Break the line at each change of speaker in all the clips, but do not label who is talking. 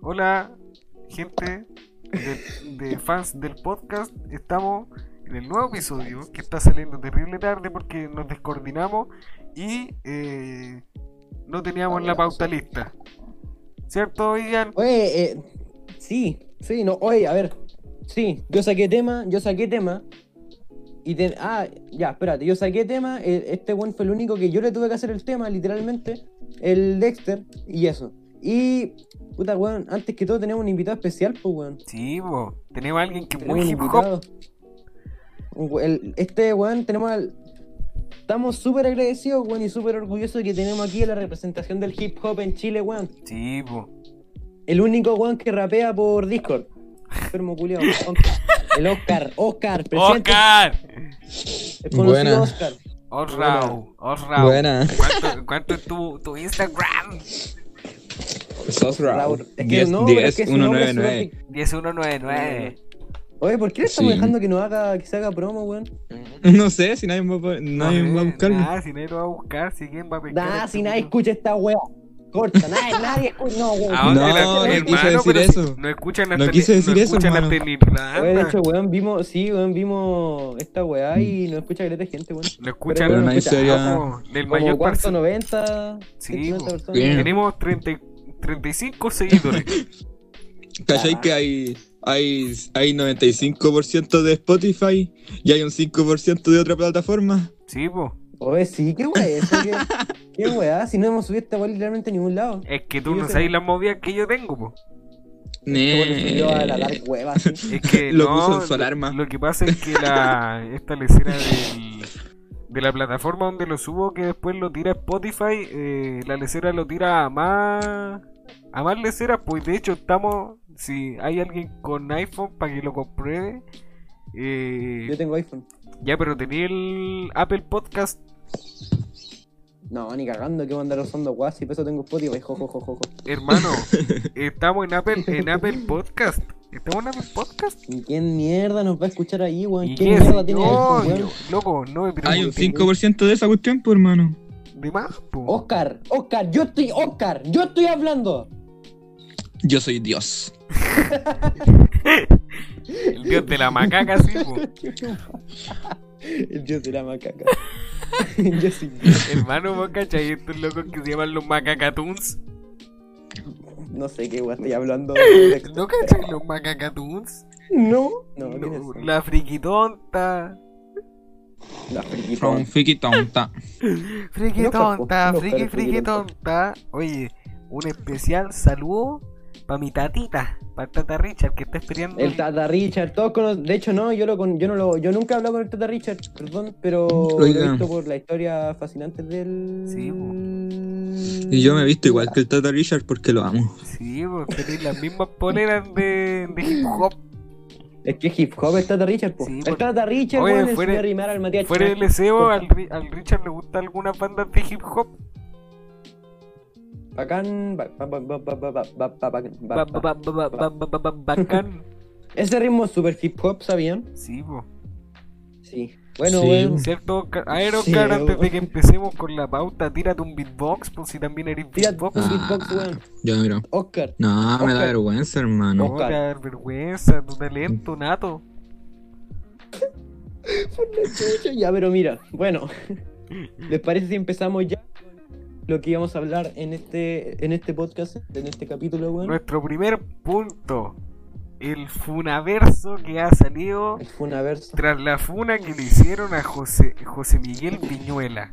Hola, gente de, de fans del podcast. Estamos en el nuevo episodio que está saliendo terrible tarde porque nos descoordinamos y eh, no teníamos la pauta lista. ¿Cierto, Ian?
Oye, eh, sí, sí, no, oye, a ver. Sí, yo saqué tema, yo saqué tema. Y te- ah, ya, espérate, yo saqué tema. eh, este buen fue el único que yo le tuve que hacer el tema, literalmente. El Dexter y eso. Y, puta, weón, antes que todo tenemos un invitado especial, pues, weón.
Sí, bo. tenemos a alguien que es
Tenemos
muy
un
hip hop.
invitado. Un we- el- este, weón, tenemos al. Estamos súper agradecidos, weón, y súper orgullosos de que tenemos aquí a la representación del hip hop en Chile, weón.
Sí, bo.
El único weón que rapea por Discord. Enfermo culiao. El Oscar, Oscar, presidente.
¡Oscar!
El conocido
Buena.
Oscar.
Osrao, Osrao.
Buena.
¿Cuánto, cuánto es tu, tu Instagram?
Sos
Raúl.
Raúl.
Es que no, pero es que su nombre es
199.
súper-
10199.
Oye, ¿por qué le estamos
Sí.
dejando que nos haga, que se haga promo, weón?
No sé si nadie me va, a poner- nadie me va a buscarme.
Nah, si nadie lo va a buscar, si quién va a pescar.
Nah,
este
si nadie
culo.
escucha esta weá. Corta, nadie, nadie escucha. No, weón.
Ah,
No,
la-
no
hermano,
quise decir
pero si
eso.
No escuchan
No
hasta
quise
ni-
decir
no
eso,
escuchan
hermano.
hasta en Irlanda.
Oye, de hecho, weón, vimos, sí, weón, vimos esta weá y no escucha greta gente, weón.
No escuchan
Pero
bueno, ahí
escuchan-
sería-
Ah, como del
Como
mayor
cuánto,
parcial.
90,
Sí,
150
weón.
personas.
Bien.
Tenemos 30 y- 35 seguidores.
¿Cachai que hay, hay, hay 95% de Spotify y hay un 5% de otra plataforma?
sí, po.
Oye, sí, qué weá es eso, qué, qué weá, si no hemos subido esta weá literalmente a ningún lado.
Es que tú
Sí,
no
yo
sabes
sé.
las movidas que yo tengo, po.
Este weón subió a
Eh.
la dark web así.
Es que
Lo
no,
puso en su
lo-
alarma.
Lo que pasa es que la esta lecera del, de la plataforma donde lo subo, que después lo tira Spotify, eh, la lecera lo tira a más a más leceras, pues de hecho estamos, si hay alguien con iPhone para que lo compruebe, eh,
Yo tengo iPhone.
ya pero tenía el Apple Podcast,
No, ni cagando que voy a andar usando weá, si peso tengo Spotify, jo, jo, jo, jo, jo.
hermano, estamos en Apple, en Apple Podcast, estamos en Apple Podcast.
¿Y quién mierda nos va a escuchar ahí, weón?
¿Y
¿Quién
qué es?
mierda tiene
No,
iPhone, weón?
loco, no me
Hay un
preguntes.
5% de esa cuestión, pues, hermano.
de más, po.
Oscar, Oscar, yo estoy, Oscar, yo estoy hablando.
Yo soy Dios.
El dios de la macaca, sí, po.
El dios de la macaca. yo sí.
Hermano, vos cachai estos locos que se llaman los macacatuns.
No sé qué weá estoy hablando.
¿No cachai los macacatuns?
No, no, ¿quién es
No,
eso?
la friquitonta.
La friki
From Fiki Tonta.
Friquitonta,
No, no,
friki,
pero
friquitonta. Oye, un especial saludo para mi tatita, para tata Richard, que está esperando.
El Tata Richard, todos conocen. De hecho, no, yo lo con- yo no lo, yo nunca he hablado con el Tata Richard, perdón, pero lo he
Oiga.
visto por la historia fascinante del.
Sí, po.
Y yo me he visto igual que el Tata Richard porque lo amo.
Sí, porque tiene las mismas poleras de, de hip hop.
Es que es hip hop el Tata Richard, po.
Sí, po.
el Tata Richard,
Oye,
weón, le
fuera-
enseñó a rimar al Matías.
Fuera del
Chávez.
SEO, al, Ri- al Richard le gustan algunas bandas de hip hop.
Bacán. ba- ba- ba- ba- ba- ba- ba- ba-
Ba-
ba- ba-
ba-
ba-
ba- ba- ba- ba- ba- ba- Bacán.
Ese ritmo es super hip hop, ¿sabían?
Sí, po.
Sí. Bueno,
Sí.
weón.
¿Cierto? Oscar? A ver,
Sí,
Oscar, antes
weón.
de que empecemos con la pauta, tírate un beatbox, por si también eres
Tírate
beatbox.
un beatbox, weón.
Yo, mira.
Oscar.
No, me da
Oscar.
vergüenza,
No,
hermano.
Oscar.
te va a dar vergüenza, tu talento, nato.
Ya, pero mira, bueno, ¿les parece si empezamos ya con lo que íbamos a hablar en este, en este podcast, en este capítulo, weón?
Nuestro primer punto. El funaverso que ha salido
El Funaverso.
tras la funa que le hicieron a José, José Miguel Viñuela.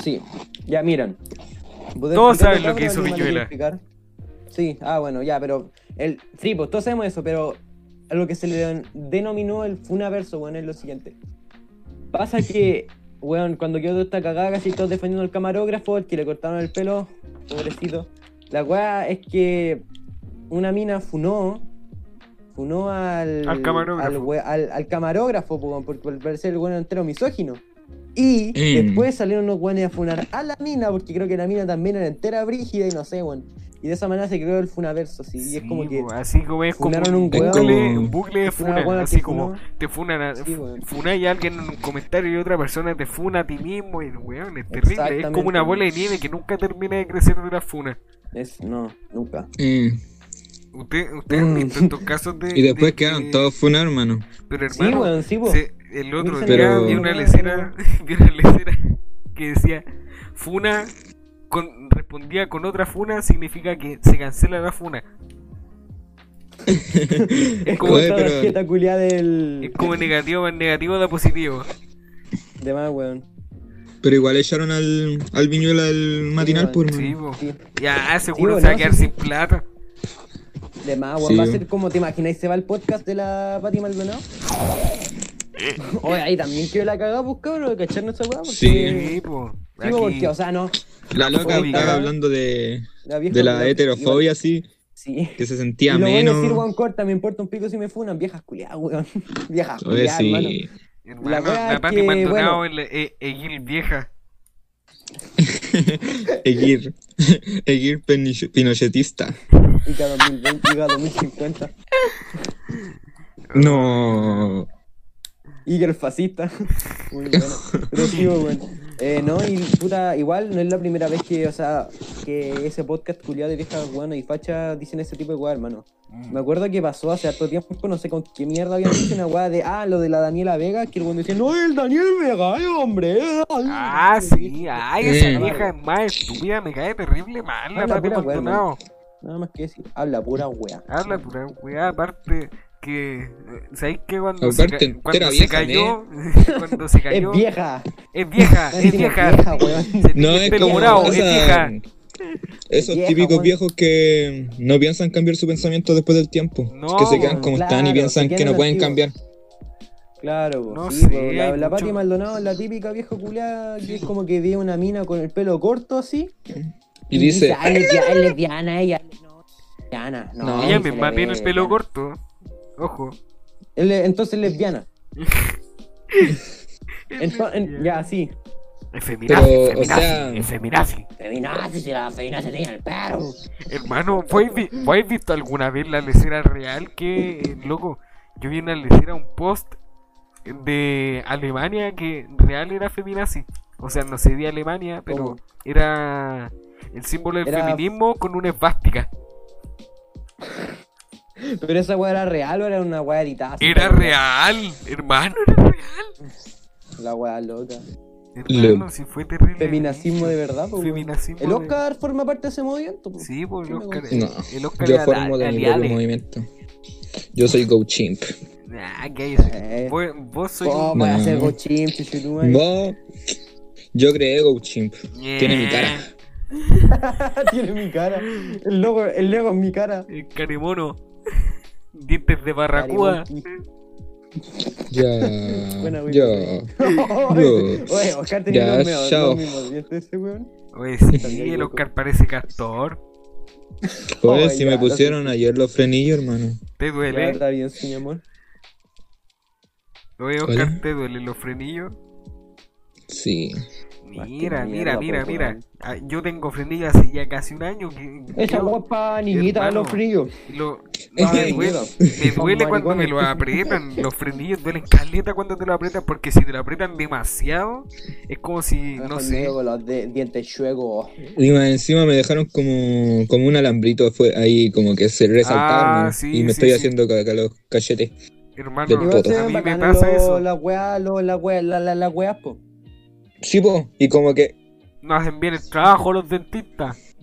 Sí, ya miran. ¿Puedo
Todos
explicar
saben lo que
palabra,
hizo
alguien más
Viñuela.
lo quiere explicar? Sí, ah, bueno, ya, pero. El, sí, pues todos sabemos eso, pero a lo que se le den- denominó el Funaverso, weón, es lo siguiente. Pasa que, weón, cuando quedó toda esta cagada, casi todos defendiendo al camarógrafo, el que le cortaron el pelo, pobrecito. La weá es que una mina funó. Funó al.
Al camarógrafo.
Al, we- al- al camarógrafo, pues, weón, porque al parecer el weón era entero misógino. Y
Mm.
después salieron unos guanes a funar a la mina, porque creo que la mina también era entera brígida y no sé, weón. Y de esa manera se creó el funaverso, sí. Y es
Sí,
como que.
po, así como es como
funaron
un,
un
weón,
bucle,
como-
un bucle de
una
funa,
weá
así
que
como
funó.
te funan a,
Sí, weón.
Funáis a alguien en un comentario y otra persona te funa a ti mismo y weón, es terrible, es
Exactamente,
como una bola de
weón.
nieve que nunca termina de crecer de la funa.
Es, no, nunca.
Mm.
Usted, usted han
Mm.
visto estos casos de.
Y después
de
quedaron
que-
todos funar, hermano.
Pero
Sí,
hermano,
weón, sí, po.
se- el otro
Dicen
día
que-
vi una lecera, vi una lecera que decía Funa con- respondía con otra funa significa que se cancela la funa.
Es como
Oye,
esta
pero-
tarjeta culiá del.
Es como negativo más negativo da positivo.
De más, weón.
Pero igual echaron al, al viñuela del matinal,
bueno,
por
Sí,
hermano.
po.
Sí.
Ya, seguro
Sí,
se va a
no,
quedar
sí,
sin plata.
De más, weón.
Sí,
Va a
weón.
ser como, ¿te imagináis? ¿Se va el podcast de la Pati Maldonado?
Eh.
Oye, ahí también quiero la cagada, pues, cabrón, de cacharnos esa weá. Porque...
Sí.
Sí, po.
Sí,
Aquí-
po, porque, o sea, no.
La loca
Uy,
estaba
cabrón.
hablando de,
La vieja,
de la
weón,
heterofobia, así,
igual- Sí.
que se
Y
sentía
lo voy a decir,
menos.
weón, corta, me importa un pico si me funan. Viejas culiadas, weón. Viejas
Oye,
culiadas, hermano.
sí.
hermano,
la
la,
wea
Pati
que,
Maldonado
bueno.
es la- es- es Gil vieja.
Egir. Egir Peni- pinochetista.
Y cada 2020, y cada 2050.
No.
Y el fascista. Muy bueno. Pero sí, bueno. Eh, no, y puta, igual no es la primera vez que, o sea, que ese podcast culiado de viejas guanas y fachas dicen ese tipo de weá, hermano.
Mm.
Me acuerdo que pasó hace harto tiempo, no sé con qué mierda habían dicho una weá de, ah, lo de la Daniela Vega, que el weón decía, no, el Daniel Vega, ay, hombre. ay".
Ah, sí, ay, esa
Mm.
vieja es más estúpida, me cae terrible mal la
Habla
Pati
pura wea, hermano.
Maldonado.
Nada más que decir, habla pura weá.
Habla pura weá, aparte que. eh, ¿Sabéis que cuando
Aparte,
se, ca-
entera
cuando se
vieja,
cayó? cuando se cayó.
Es vieja.
Es vieja, es
Encima
vieja.
vieja, weón.
Se
No,
tiene
es
pelo
como
morado,
esa-
es vieja.
Esos
Vieja,
típicos
weón.
viejos que no piensan cambiar su pensamiento después del tiempo.
No,
que se quedan
weón,
como están
claro,
y
se
piensan que
quedan
no pueden
antiguos.
cambiar.
Claro, po,
No
sí, po,
sé,
la,
hay
la
mucho-
Pati Maldonado es la típica vieja culiada que
Sí,
es
po.
como que ve una mina con el pelo corto así
Y dice,
"Ay, lesbia- es lesbiana ella, no, lesbiana, no,
No,
Ella
se
misma
le
tiene
ve,
el pelo
lesbiana".
corto. Ojo.
Es le- Entonces lesbiana. Ento- en- ya, sí.
Es feminazi,
Pero, o
es feminazi,
sea-
es feminazi.
Feminazi, si la feminazi tiene el pelo.
Hermano, ¿vos habéis vi- vos habéis visto alguna vez la lecera real? Que, eh, loco, yo vi en la lecera un post de Alemania que real era feminazi. O sea, no se vi Alemania, pero
¿Cómo?
era el símbolo del
Era-
feminismo con una esvástica.
Pero esa weá era real o era una weá editada. así,
Era
como
real, hermano, era real.
La weá loca.
Hermano, si fue terrible.
Feminacismo de verdad, po, weón.
Feminacismo
El
de-
Oscar forma parte de ese movimiento. po.
Sí, pues el
Sí, me
Oscar.
no,
El Oscar
yo
era
formo de mi propio
aliado.
movimiento. Yo soy Go Chimp.
Ah, ¿qué dices?
Eh.
Vos, vos soy
¿Cómo
un.
para
No.
hacer cochín, chuchutumay?
Vos, yo creé Go Chimp. Tiene mi cara.
Tiene mi cara. El logo, el logo es mi cara.
Eh, Caremono. Dientes de barracuda.
Buena,
Ya.
güey.
Ya.
Oye, oye, Oscar tenía
Ya,
los meos-
chao.
los mismos dientes ese weón.
Oye, sí,
También
el
loco.
Oscar parece castor.
Oye,
Oh,
si
ya,
me
lo
pusieron
siento.
ayer los frenillos, hermano.
¿Te
Ya,
duele?
está bien, sí, mi amor.
Oye, Oscar,
Hola.
¿te duelen los frenillos?
Sí.
Más que
Mira, mira,
mierda,
mira,
po,
mira.
weón.
Ah, Yo tengo frenillos hace ya casi un año. que-
Esa
creo-
guapa niñita de
hermano.
los fríos.
Lo,
Es
no,
que-
me duele, me
Son
duele cuando me
maricones.
lo aprietan. Los frenillos duelen caleta cuando te lo aprietan. Porque si te lo aprietan demasiado, es como si, no
Mejor
sé.
negro con los de- dientes chuecos.
Y más encima me dejaron como, como un alambrito fue ahí, como que se resaltaba,
Ah,
hermano.
sí,
y me
sí,
estoy
sí.
haciendo caca los cachetes.
Hermano,
Del
Igual
Puta.
se
a
ven
mí me
bacanas
pasa
los-
eso.
las weas, los- las weas, la- la- las weas, po.
Sí, po. Y como que.
No hacen bien el trabajo los dentistas.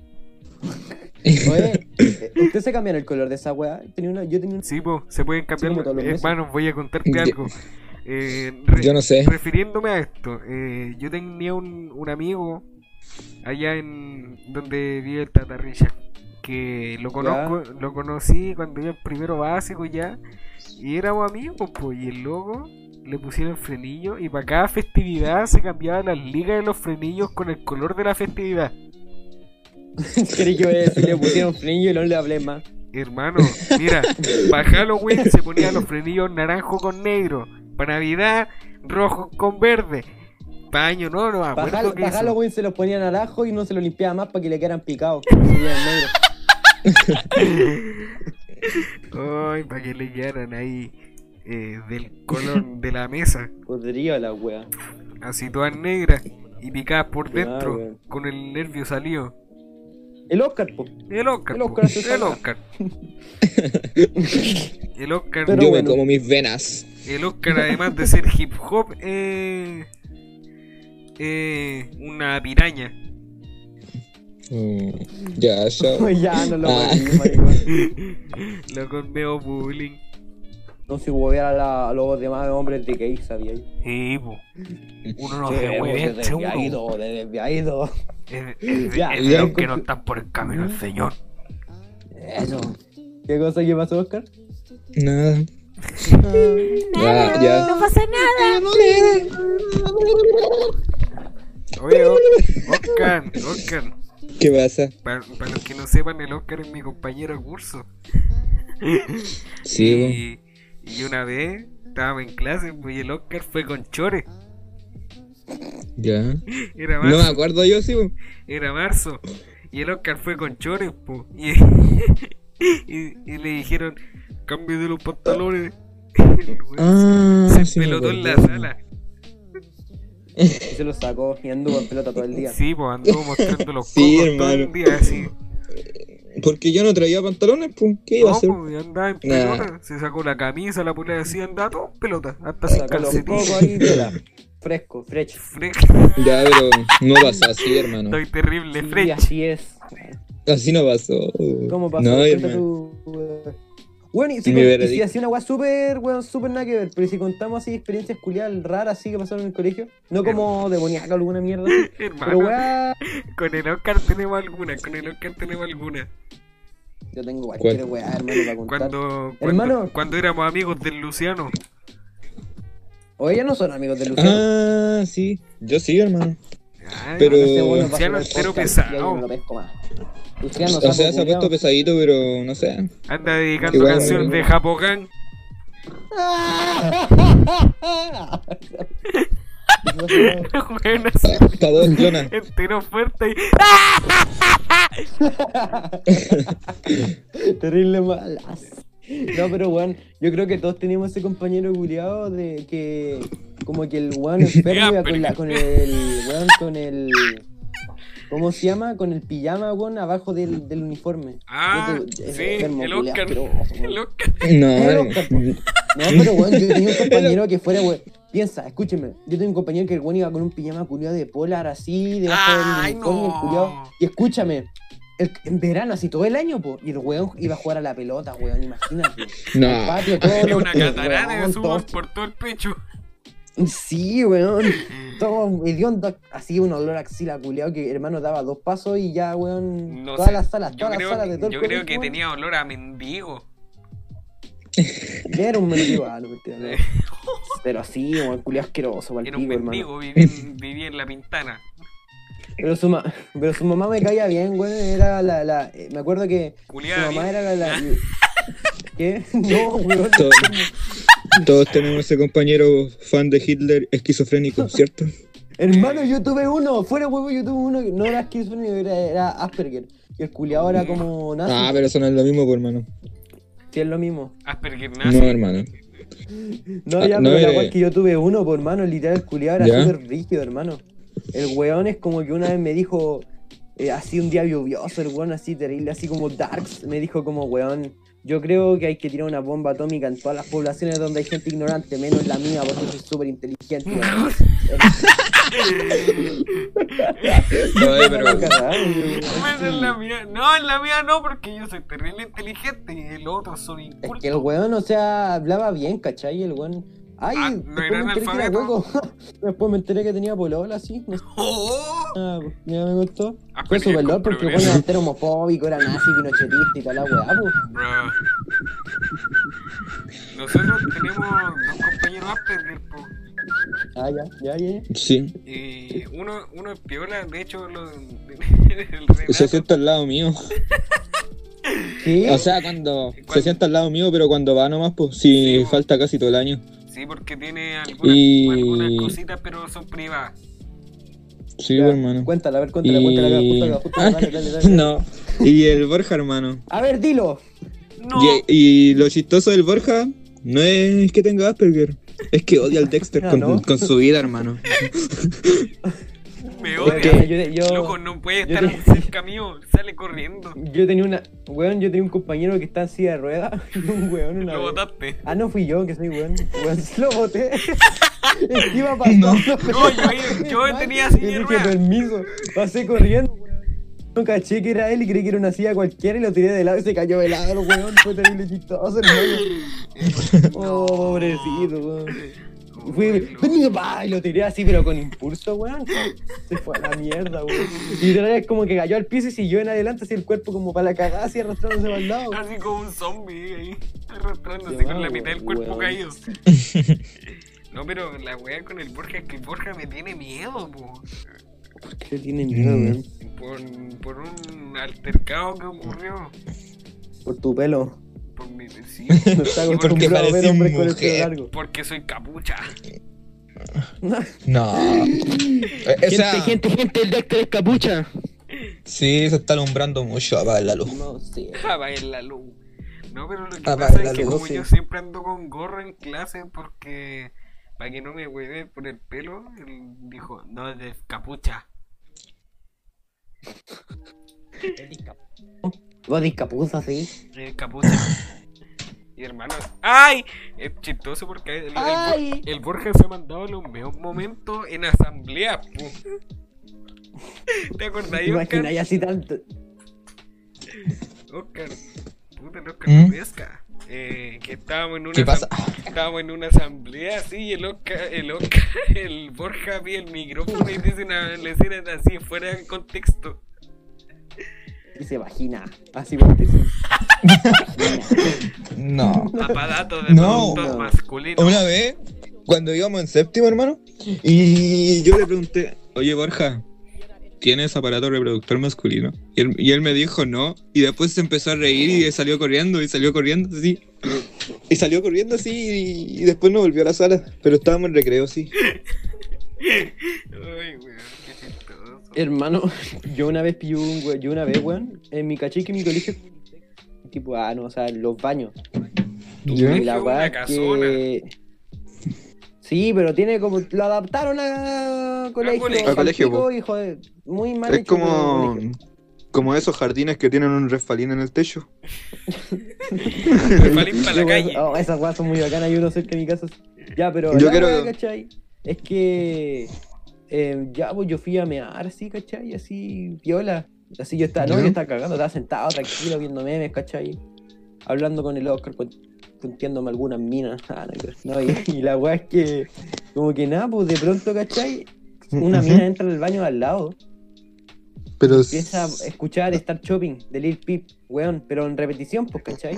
Oye, eh, ¿usted se cambiaron el color de esa wea? Tenía una- yo tenía una...
Sí, po, se pueden cambiar.
como todos los meses.
Hermano, voy a contarte
Ya.
algo. Eh, re-
Yo no sé.
Refiriéndome a esto, eh, yo tenía un, un amigo allá en donde vive el tatarrilla, que lo conozco, lo conocí cuando iba en primero básico ya, y éramos amigos, pues, y el loco le pusieron frenillo y para cada festividad se cambiaban las ligas de los frenillos con el color de la festividad.
Creí que iba a decir, le pusieron frenillo y no le hablé más.
Hermano, mira, para Halloween se ponían los frenillos naranjo con negro, para Navidad rojo con verde. Para año no, no, me
Para
acuerdo Ah, que hizo.
Halloween se los ponía naranjo y no se lo limpiaba más para que le quedaran picados. que se veían negros.
Ay, para que le quedaran ahí eh, del color de la mesa,
Podría la wea.
así todas negras y picadas por
Claro,
dentro,
weón.
con el nervio salido.
El Oscar, po.
El Oscar.
El
po,
Oscar hace
el
falta.
Oscar. El Oscar,
Pero
Yo me
bueno.
como mis venas.
el Oscar, además de ser hip hop, es eh, una piraña.
Mm, ya, ya.
ya, no lo voy a
Ah.
decir, maricón.
Lo con veo bullying.
No se hueveara a, los demás hombres de que sabía yo.
Sí, po. Uno no
Sí,
se
vos,
mueve,
de
este uno.
desviado, de desviado.
Es, es-
Ya,
es de
ya.
los que no están por el camino el señor.
Eso. ¿Qué cosa que pasó, Oscar?
Nada.
Nada,
Ya, ya.
no pasa nada.
Oye, O- Oscar, Oscar.
¿Qué pasa?
Para, para los que no sepan, el Oscar es mi compañero de curso.
Sí.
Y, y una vez estábamos en clase pues, y el Oscar fue con chores.
Ya.
Era
No me
marzo.
acuerdo yo, sí. bo.
Era marzo. Y el Oscar fue con chores, po. Y, y- y le dijeron, cambio de los pantalones. El weón
Ah,
se
sí me
pelotó en la
acuerdo.
sala.
Y se lo sacó y anduvo en pelota todo el día.
Sí, pues anduvo mostrando los
Sí,
cocos todo el
hermano.
día así.
Porque yo no traía pantalones, pues. ¿Qué iba a
No,
hacer?
pues, andaba en
Nah.
pelota. Se sacó la camisa, la polera así, andaba todo en pelota. Hasta sin
Sacó los
calcetines.
cocos ahí, viola. Fresco, fresh.
Fre-
Ya, pero no pasó así, hermano.
Estoy terrible,
Sí,
Fred.
así es.
Así no pasó.
¿Cómo pasó?
No,
Cuenta
hermano.
tu, eh. Bueno, y si,
Mi
con- y
veredicto.
si hacía una weá súper, weón, súper nada que ver, pero si contamos así experiencias culiadas raras así que pasaron en el colegio, no como demoníaca o alguna mierda, así, pero
Hermano,
weá,
con el Oscar tenemos alguna, con el Oscar tenemos alguna.
yo tengo cualquier weá, hermano, para contar.
Cuando, cuando,
Hermano.
cuando éramos amigos del Luciano.
O ellas no son amigos de Luciano.
Ah, sí. Yo sí, hermano.
Ay,
Pero-
Ese Este weón nos va a
Luciano
hacer el
entero
podcast,
pesado.
y ahí yo no lo pesco más. Luciano,
O sea,
sapo
se ha puesto
culiao.
pesadito, pero no sé.
Anda dedicando
Igual,
canción de
igual.
Japogán. Weón, así,
Para dos clonas.
entero fuerte. y-
Terrible malas. No, pero weón, yo creo que todos tenemos ese compañero culiado de que como que el weón enfermo iba con, la- con el weón con el ¿cómo se llama? con el pijama weón abajo del, del uniforme.
Ah,
Yo te-
sí,
enfermo,
el
culiao,
Oscar.
asqueroso, weón.
El Oscar.
No,
Era
hermano.
Oscar, po. No, pero weón, yo tenía un compañero que fuera weón. Piensa, escúcheme, yo tenía un compañero que el weón iba con un pijama culiado de polar así, debajo
Ay,
del uniforme,
no.
el culiao. Y escúchame, el- en verano así todo el año, po, y el weón iba a jugar a la pelota, weón, imagínate. El
No.
patio, todo
Tiene una
weón,
catarata de
todo-
subos por todo el pecho.
Sí, weón. Todo hediondo, así un olor a axila culiado que hermano daba dos pasos y ya, weón.
No
todas
sé,
las salas,
Yo
todas las
creo,
salas de todo el
yo creo
colegio,
que
weón.
tenía olor a mendigo.
Era un mendigo, ah, no, mentira, no. Pero sí, weón, culiado asqueroso, pa'l
Era un
pico, hermano.
mendigo, vivía en, vivía en la pintana.
Pero su, ma- pero su mamá me caía bien, weón. Era la. la... eh, Me acuerdo que su
Culiada.
mamá
bien.
era la. la- ¿Qué? No, weón.
To- Todos tenemos ese compañero fan de Hitler esquizofrénico, ¿cierto?
Hermano, yo tuve uno. Fuera, huevo, yo tuve uno. que No era esquizofrénico, era, era Asperger. Y el culiado era como nazi.
Ah, pero eso no es lo mismo, pues, hermano.
Sí, es lo mismo.
Asperger nazi.
No, hermano.
No,
Ah,
ya,
no
pero la
era-
weá es que yo tuve uno, por hermano, literal, el culiado era
¿Ya?
súper rígido, hermano. El weón es como que una vez me dijo, eh, así un día lluvioso, el weón así terrible, así como Darks, me dijo como, weón, yo creo que hay que tirar una bomba atómica en todas las poblaciones donde hay gente ignorante, menos la mía, porque soy súper inteligente. weón".
No, eh, pero.
Pues en la mía- No, en la mía no, porque yo soy terrible inteligente y los otros son
Es
incultos.
que el weón, o sea, hablaba bien, ¿cachai? El weón... Ay,
Ah, no
después
era
me enteré que era
analfabeto.
hueco. después me enteré que tenía polola, así, no
¡Oh!
Ah, pues, mira, me gustó.
Ah,
Fue
pero yo
súper lol
compré
porque
un
bueno,
eso.
era homofóbico, era nazi, pinochetista y toda la weá, pues.
Bro. Nosotros tenemos dos compañeros Asperger, po.
Ah, ya, ya, ya.
Sí.
Y uno, uno es piola, de hecho, lo- el Renato-
Se sienta al lado mío.
¿Qué?
O sea, cuando
¿Cuándo?
se sienta al lado mío, pero cuando va nomás, pues sí,
Sí, po.
falta casi todo el año.
Sí, porque tiene algunas,
Y-
algunas cositas, pero son privadas.
Sí,
Ya,
pues, hermano.
Cuéntala, a ver, cuéntala,
Y- Ah,
cuéntala, cuéntala, cuéntala, dale, dale, dale.
No. Y el Borja, hermano.
A ver, dilo.
¡No!
Y, y lo chistoso del Borja no es que tenga Asperger. Es que odia al Dexter
Ah,
con,
¿no?
con su vida, hermano.
me
Weón,
odia.
yo, yo-
Loco, no puede
yo
estar
te-
cerca mío. Sale corriendo.
yo tenía una. Weón, yo tenía un compañero que está en silla de ruedas. Un weón, una
Lo
vez.
botaste.
Ah, no fui yo, que soy weón. Weón, sí lo boté. Encima
No,
pasando.
yo- yo tenía silla de
Y dije,
ruedas.
permiso. Pasé corriendo, weón. No caché que era él y creí que era una silla cualquiera y lo tiré de lado y se cayó de lado, weón. Fue terrible chistoso, hermano. Oh, pobrecito, weón. Y Fui, permiso, pa, y lo tiré así, pero con impulso, weón. Se fue a la mierda, weón. Y de verdad es como que cayó al piso y siguió en adelante, así el cuerpo como para la cagada, así arrastrándose para el lado.
Así como un zombie ahí, arrastrándose
Ya,
con la
weón,
mitad del cuerpo
weón.
caído. No, pero la weá con el Borja es que el Borja me tiene miedo, po.
¿Por qué tiene miedo, weón?
Por, por un altercado que ocurrió.
Por tu pelo.
Por mi, sí,
No está
Porque
acostumbrado a ver
parecís
hombres con el pelo
mujer.
largo.
porque soy capucha.
No. Eh, o sea,
gente, el doctor es capucha.
Sí, se está alumbrando mucho. Apaga la luz.
No sé.
Apagar la luz. No, pero lo que
Apaga
pasa
la
es que
luz,
como
sí.
yo siempre ando con gorro en clase porque para que no me hueve por el pelo, él dijo, no, es de capucha.
Vos discapuza, sí.
El capucha. y hermano. ¡Ay! Es chistoso porque el, el, Bor-
Ay.
el Borja se ha mandado los mejores momentos en asamblea. pu. ¿Te acordáis,
Imagina,
Oscar?
ya así tanto.
Oscar. Puta, el Oscar
¿Mm?
no pesca. Eh, que estábamos en una
¿Qué pasa? Ah,
asam- que estábamos en una asamblea así y el Oscar, el Oscar, el Borja vi el micrófono y dice una escena así fuera de contexto.
Dice vagina. Así como te
No.
Aparato de
No.
productos masculinos.
Una vez, cuando íbamos en séptimo, hermano, y yo le pregunté, oye Borja, ¿tienes aparato reproductor masculino? Y él, y él me dijo no, y después se empezó a reír y salió corriendo, y salió corriendo así. Y salió corriendo así, y, y después no volvió a la sala, pero estábamos en recreo, sí.
Ay, weón, qué chistoso.
Hermano, yo una vez pillé un we- yo una vez, weón, en mi cachique, en mi colegio, tipo, ah, no, o sea, en los baños. Y la
Colegio,
weá
una
es
casona.
que... Sí, pero tiene como, lo adaptaron a colegio.
colegio.
A colegio,
palpico,
po.
y joder, muy mal
Es
hecho, pero
como,
colegio.
como esos jardines que tienen un refalín en el techo.
Palín para la
eh, Yo, weón,
calle.
oh, esas weas son muy bacanas, yo no cerca de mi casa. Ya, pero
Yo
la
creo-
wea, ¿cachai? Es que eh, ya pues, yo fui a mear así, ¿cachai? Así, viola. Así yo estaba, no,
¿Ya?
yo estaba cagando, estaba sentado tranquilo viendo memes, ¿cachai? Hablando con el Oscar, cont- contiéndome algunas minas. Ah, no, creo. No, y, y la wea es que como que nada, pues de pronto, ¿cachai? Una mina entra al baño al lado
Pero
empieza a escuchar Star Shopping de Lil Peep, weón, pero en repetición, pues, ¿cachai?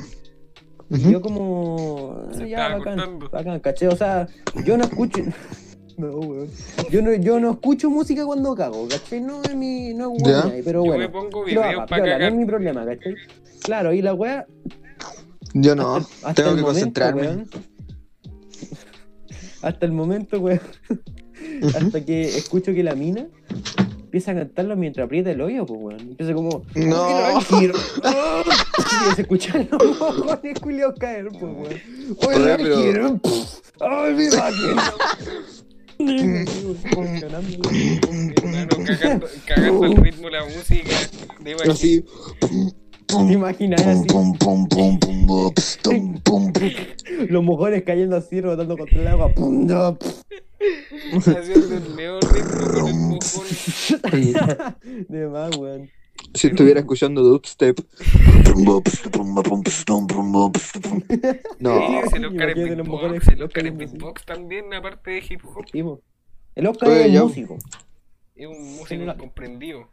Ujú.
Y yo como... ah,
Se
ya,
estaba
bacán,
cortando.
bacán, ¿cachai? O sea, yo no escucho... No, weón. Yo no, yo no escucho música cuando cago, ¿cachai? No es mi... No es
Ya.
weón, ahí, pero
Yo
bueno.
me pongo
Lo
videos
haga,
para
piola, no
cagar.
es mi problema, ¿cachai? Claro, y la weá...
yo no,
hasta
tengo
el
que
momento,
concentrarme.
weón. Hasta el momento, weón. Hasta que escucho que la mina empieza a cantarlo mientras aprieta el hoyo, pues, weón. Empieza como.
No.
quiero! ¡Oh! Y se escuchan los mojones culiados caer, pues, weón. ¡Oye,
Oye,
no
pero-
quiero! Pff, ¡Ay, mi máquina!
Hermano, cagando, cagando
Uh.
el ritmo de la música. De imagín-
Así,
¿Te imaginas así?
pum, pum, pum, pum, ups, tum, pum, pum.
Los mojones cayendo así, rebotando contra el agua. ¡Pum! no, pff.
haciendo el mejor ritmo con el mojón.
De más, weón.
Si estuviera escuchando dubstep. No.
Sí, se lo
Imagínate
cae
los
beatbox.
mojones
Se lo
cantando así.
beatbox también, aparte de hip hop.
Sí, po. El Oscar
Oye,
es
yo-
músico.
Es un músico
General.
incomprendido.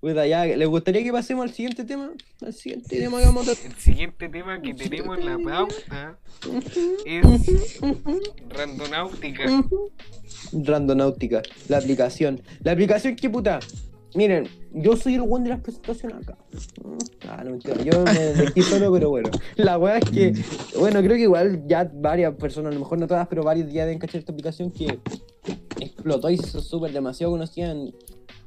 Puta, ya, ¿les gustaría que pasemos al siguiente tema? Al siguiente tema que vamos a tratar.
El siguiente tema que tenemos en la pauta es randonáutica.
Randonáutica, la aplicación. La aplicación que puta. Miren, yo soy el one de las presentaciones acá. Ah, no mentira, yo me dejé solo, pero bueno. La weá es que, bueno, creo que igual ya varias personas, a lo mejor no todas, pero varios días deben cachar esta aplicación que explotó y se hizo súper demasiado conocida en,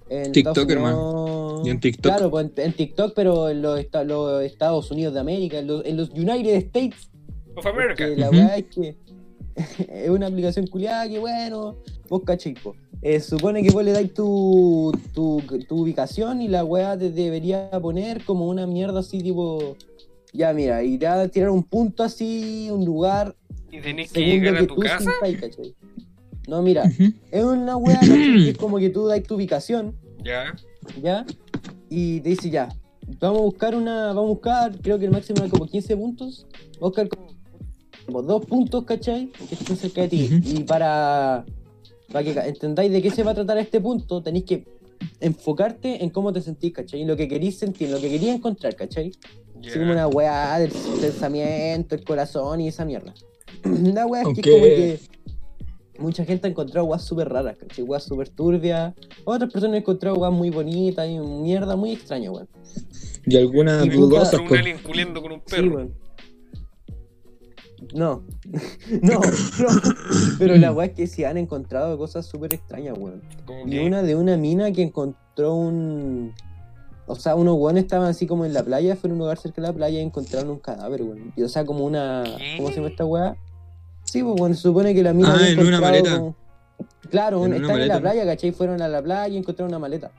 en
TikTok,
Estados
hermano.
Unidos.
Y en TikTok.
Claro, pues en, en TikTok, pero en los, esta- los Estados Unidos de América, en los- en los United States
Of America.
porque la
Ujú.
weá es que es una aplicación culiada que bueno, vos cachai, po. eh, supone que vos le dais tu, tu, tu ubicación y la weá te debería poner como una mierda así tipo... Ya, mira, y te va a tirar un punto así, un lugar,
¿Y tenés que
según
llegar
lo
a
que
tu
tú
casa?
sintáis, ¿cachai? No, mira,
Ujú.
es una weá que es como que tú dais tu ubicación
Ya.
¿ya? Y te dice ya, vamos a buscar una, vamos a buscar, creo que el máximo era como 15 puntos, vamos a buscar como, como dos puntos, ¿cachai? Que estén cerca de ti. Y para, para que ca- entendáis de qué se va a tratar este punto, tenéis que enfocarte en cómo te sentís, ¿cachai? En lo que querís sentir, en lo que querías encontrar, ¿cachai?
ya.
Así como una weá del pensamiento, el corazón y esa mierda. La weá es
Aunque-
que como que mucha gente ha encontrado weas súper raras, ¿cachai? Weas súper turbias. Otras personas han encontrado weas muy bonitas y mierda muy extraña, weón.
Y algunas
Y puta-
dudosas,
Con un
pues.
alien culiendo con un
Sí,
perro.
weón. No. no, no. Pero la weá es que sí han encontrado cosas súper extrañas, weón.
como
Y
que-
una de una mina que encontró un. O sea, unos hueones estaban así como en la playa, fueron a un lugar cerca de la playa y encontraron un cadáver, weón. Y o sea, como una.
¿Qué?
¿Cómo se llama esta weá? Sí, pues bueno, se supone que la mina.
Ah,
había
en una
encontrado
maleta.
como- Claro,
En
un-
una
estaban en
maleta.
la playa, ¿cachai? Fueron a la playa y encontraron una maleta.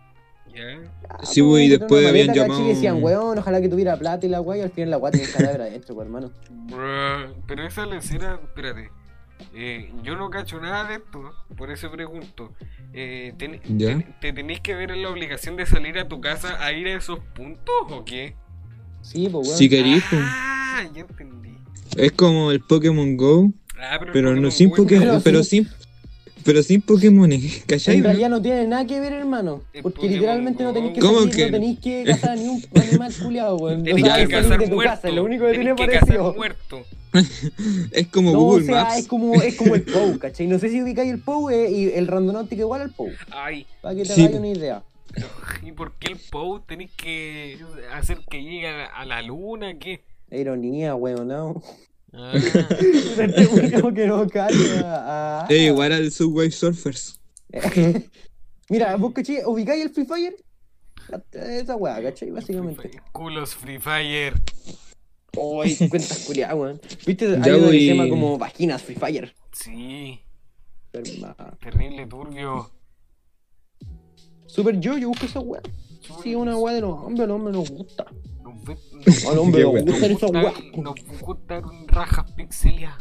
Ya.
Ah,
Sí,
pues,
pues, y
encontraron
después
una
habían
maleta,
llamado-
¿cachai? Y decían, weón, ojalá que tuviera plata y la weá, y al final la weá tenía un cadáver adentro, pues, hermano.
Bruh.
Pero esa lesera, espérate. eh, yo no cacho nada de esto, por eso pregunto. Eh, ten-
Ya.
ten- ¿Te tenéis que ver en la obligación de salir a tu casa a ir a esos puntos o qué?
Sí, pues, weón.
Si querís, pues.
Ah, ya entendí.
Es como el Pokémon Go,
Ah, pero, el
pero no
Pokémon
sin
Go es-
Pokémon,
Pero
pero sin pero sin Pokémon, ¿eh? ¿cachai?
En
no?
realidad no tiene nada que ver, hermano.
El
Porque
Pokémon
literalmente no tenéis que
Go. ¿Cómo
salir,
que
no
no?
tenéis que cazar a ningún animal culiado, weón.
Tenés
sea,
que
salir
cazar
de tu
muerto.
casa, es lo único que tiene
tenés que
parecido.
cazar muerto.
Es como
No, o
Google
sea,
Maps.
es como, es como el POW, ¿cachai? No sé si ubicáis el POW eh, y el randonáutico igual al POW,
Ay,
para que te
Sí,
hagáis
po.
una idea.
¿Y por qué el POU tenéis que hacer que llegue a la, a la luna? ¿Qué?
Ironía, weón, ¿no?
Ah,
Este weón como que no ah. calla. a-
Es igual al Subway Surfers.
Mira, vos, ¿cachai? ¿Ubicáis el Free Fire? Esa weá, ¿cachai? Básicamente.
culos Free Fire.
Uy, cuentas culiadas, weón. ¿Viste? Hay
Ya
uno que
voy.
se llama como vaginas Free Fire.
Sí,
Hermano.
terrible turbio.
Super yo, yo busco esa weá. Sí, una weá de los hombres, a los hombres nos gusta.
Nos, ve-
A los hombres
Qué
nos
weá.
gustan esas weá.
nos gustan rajas pixelias.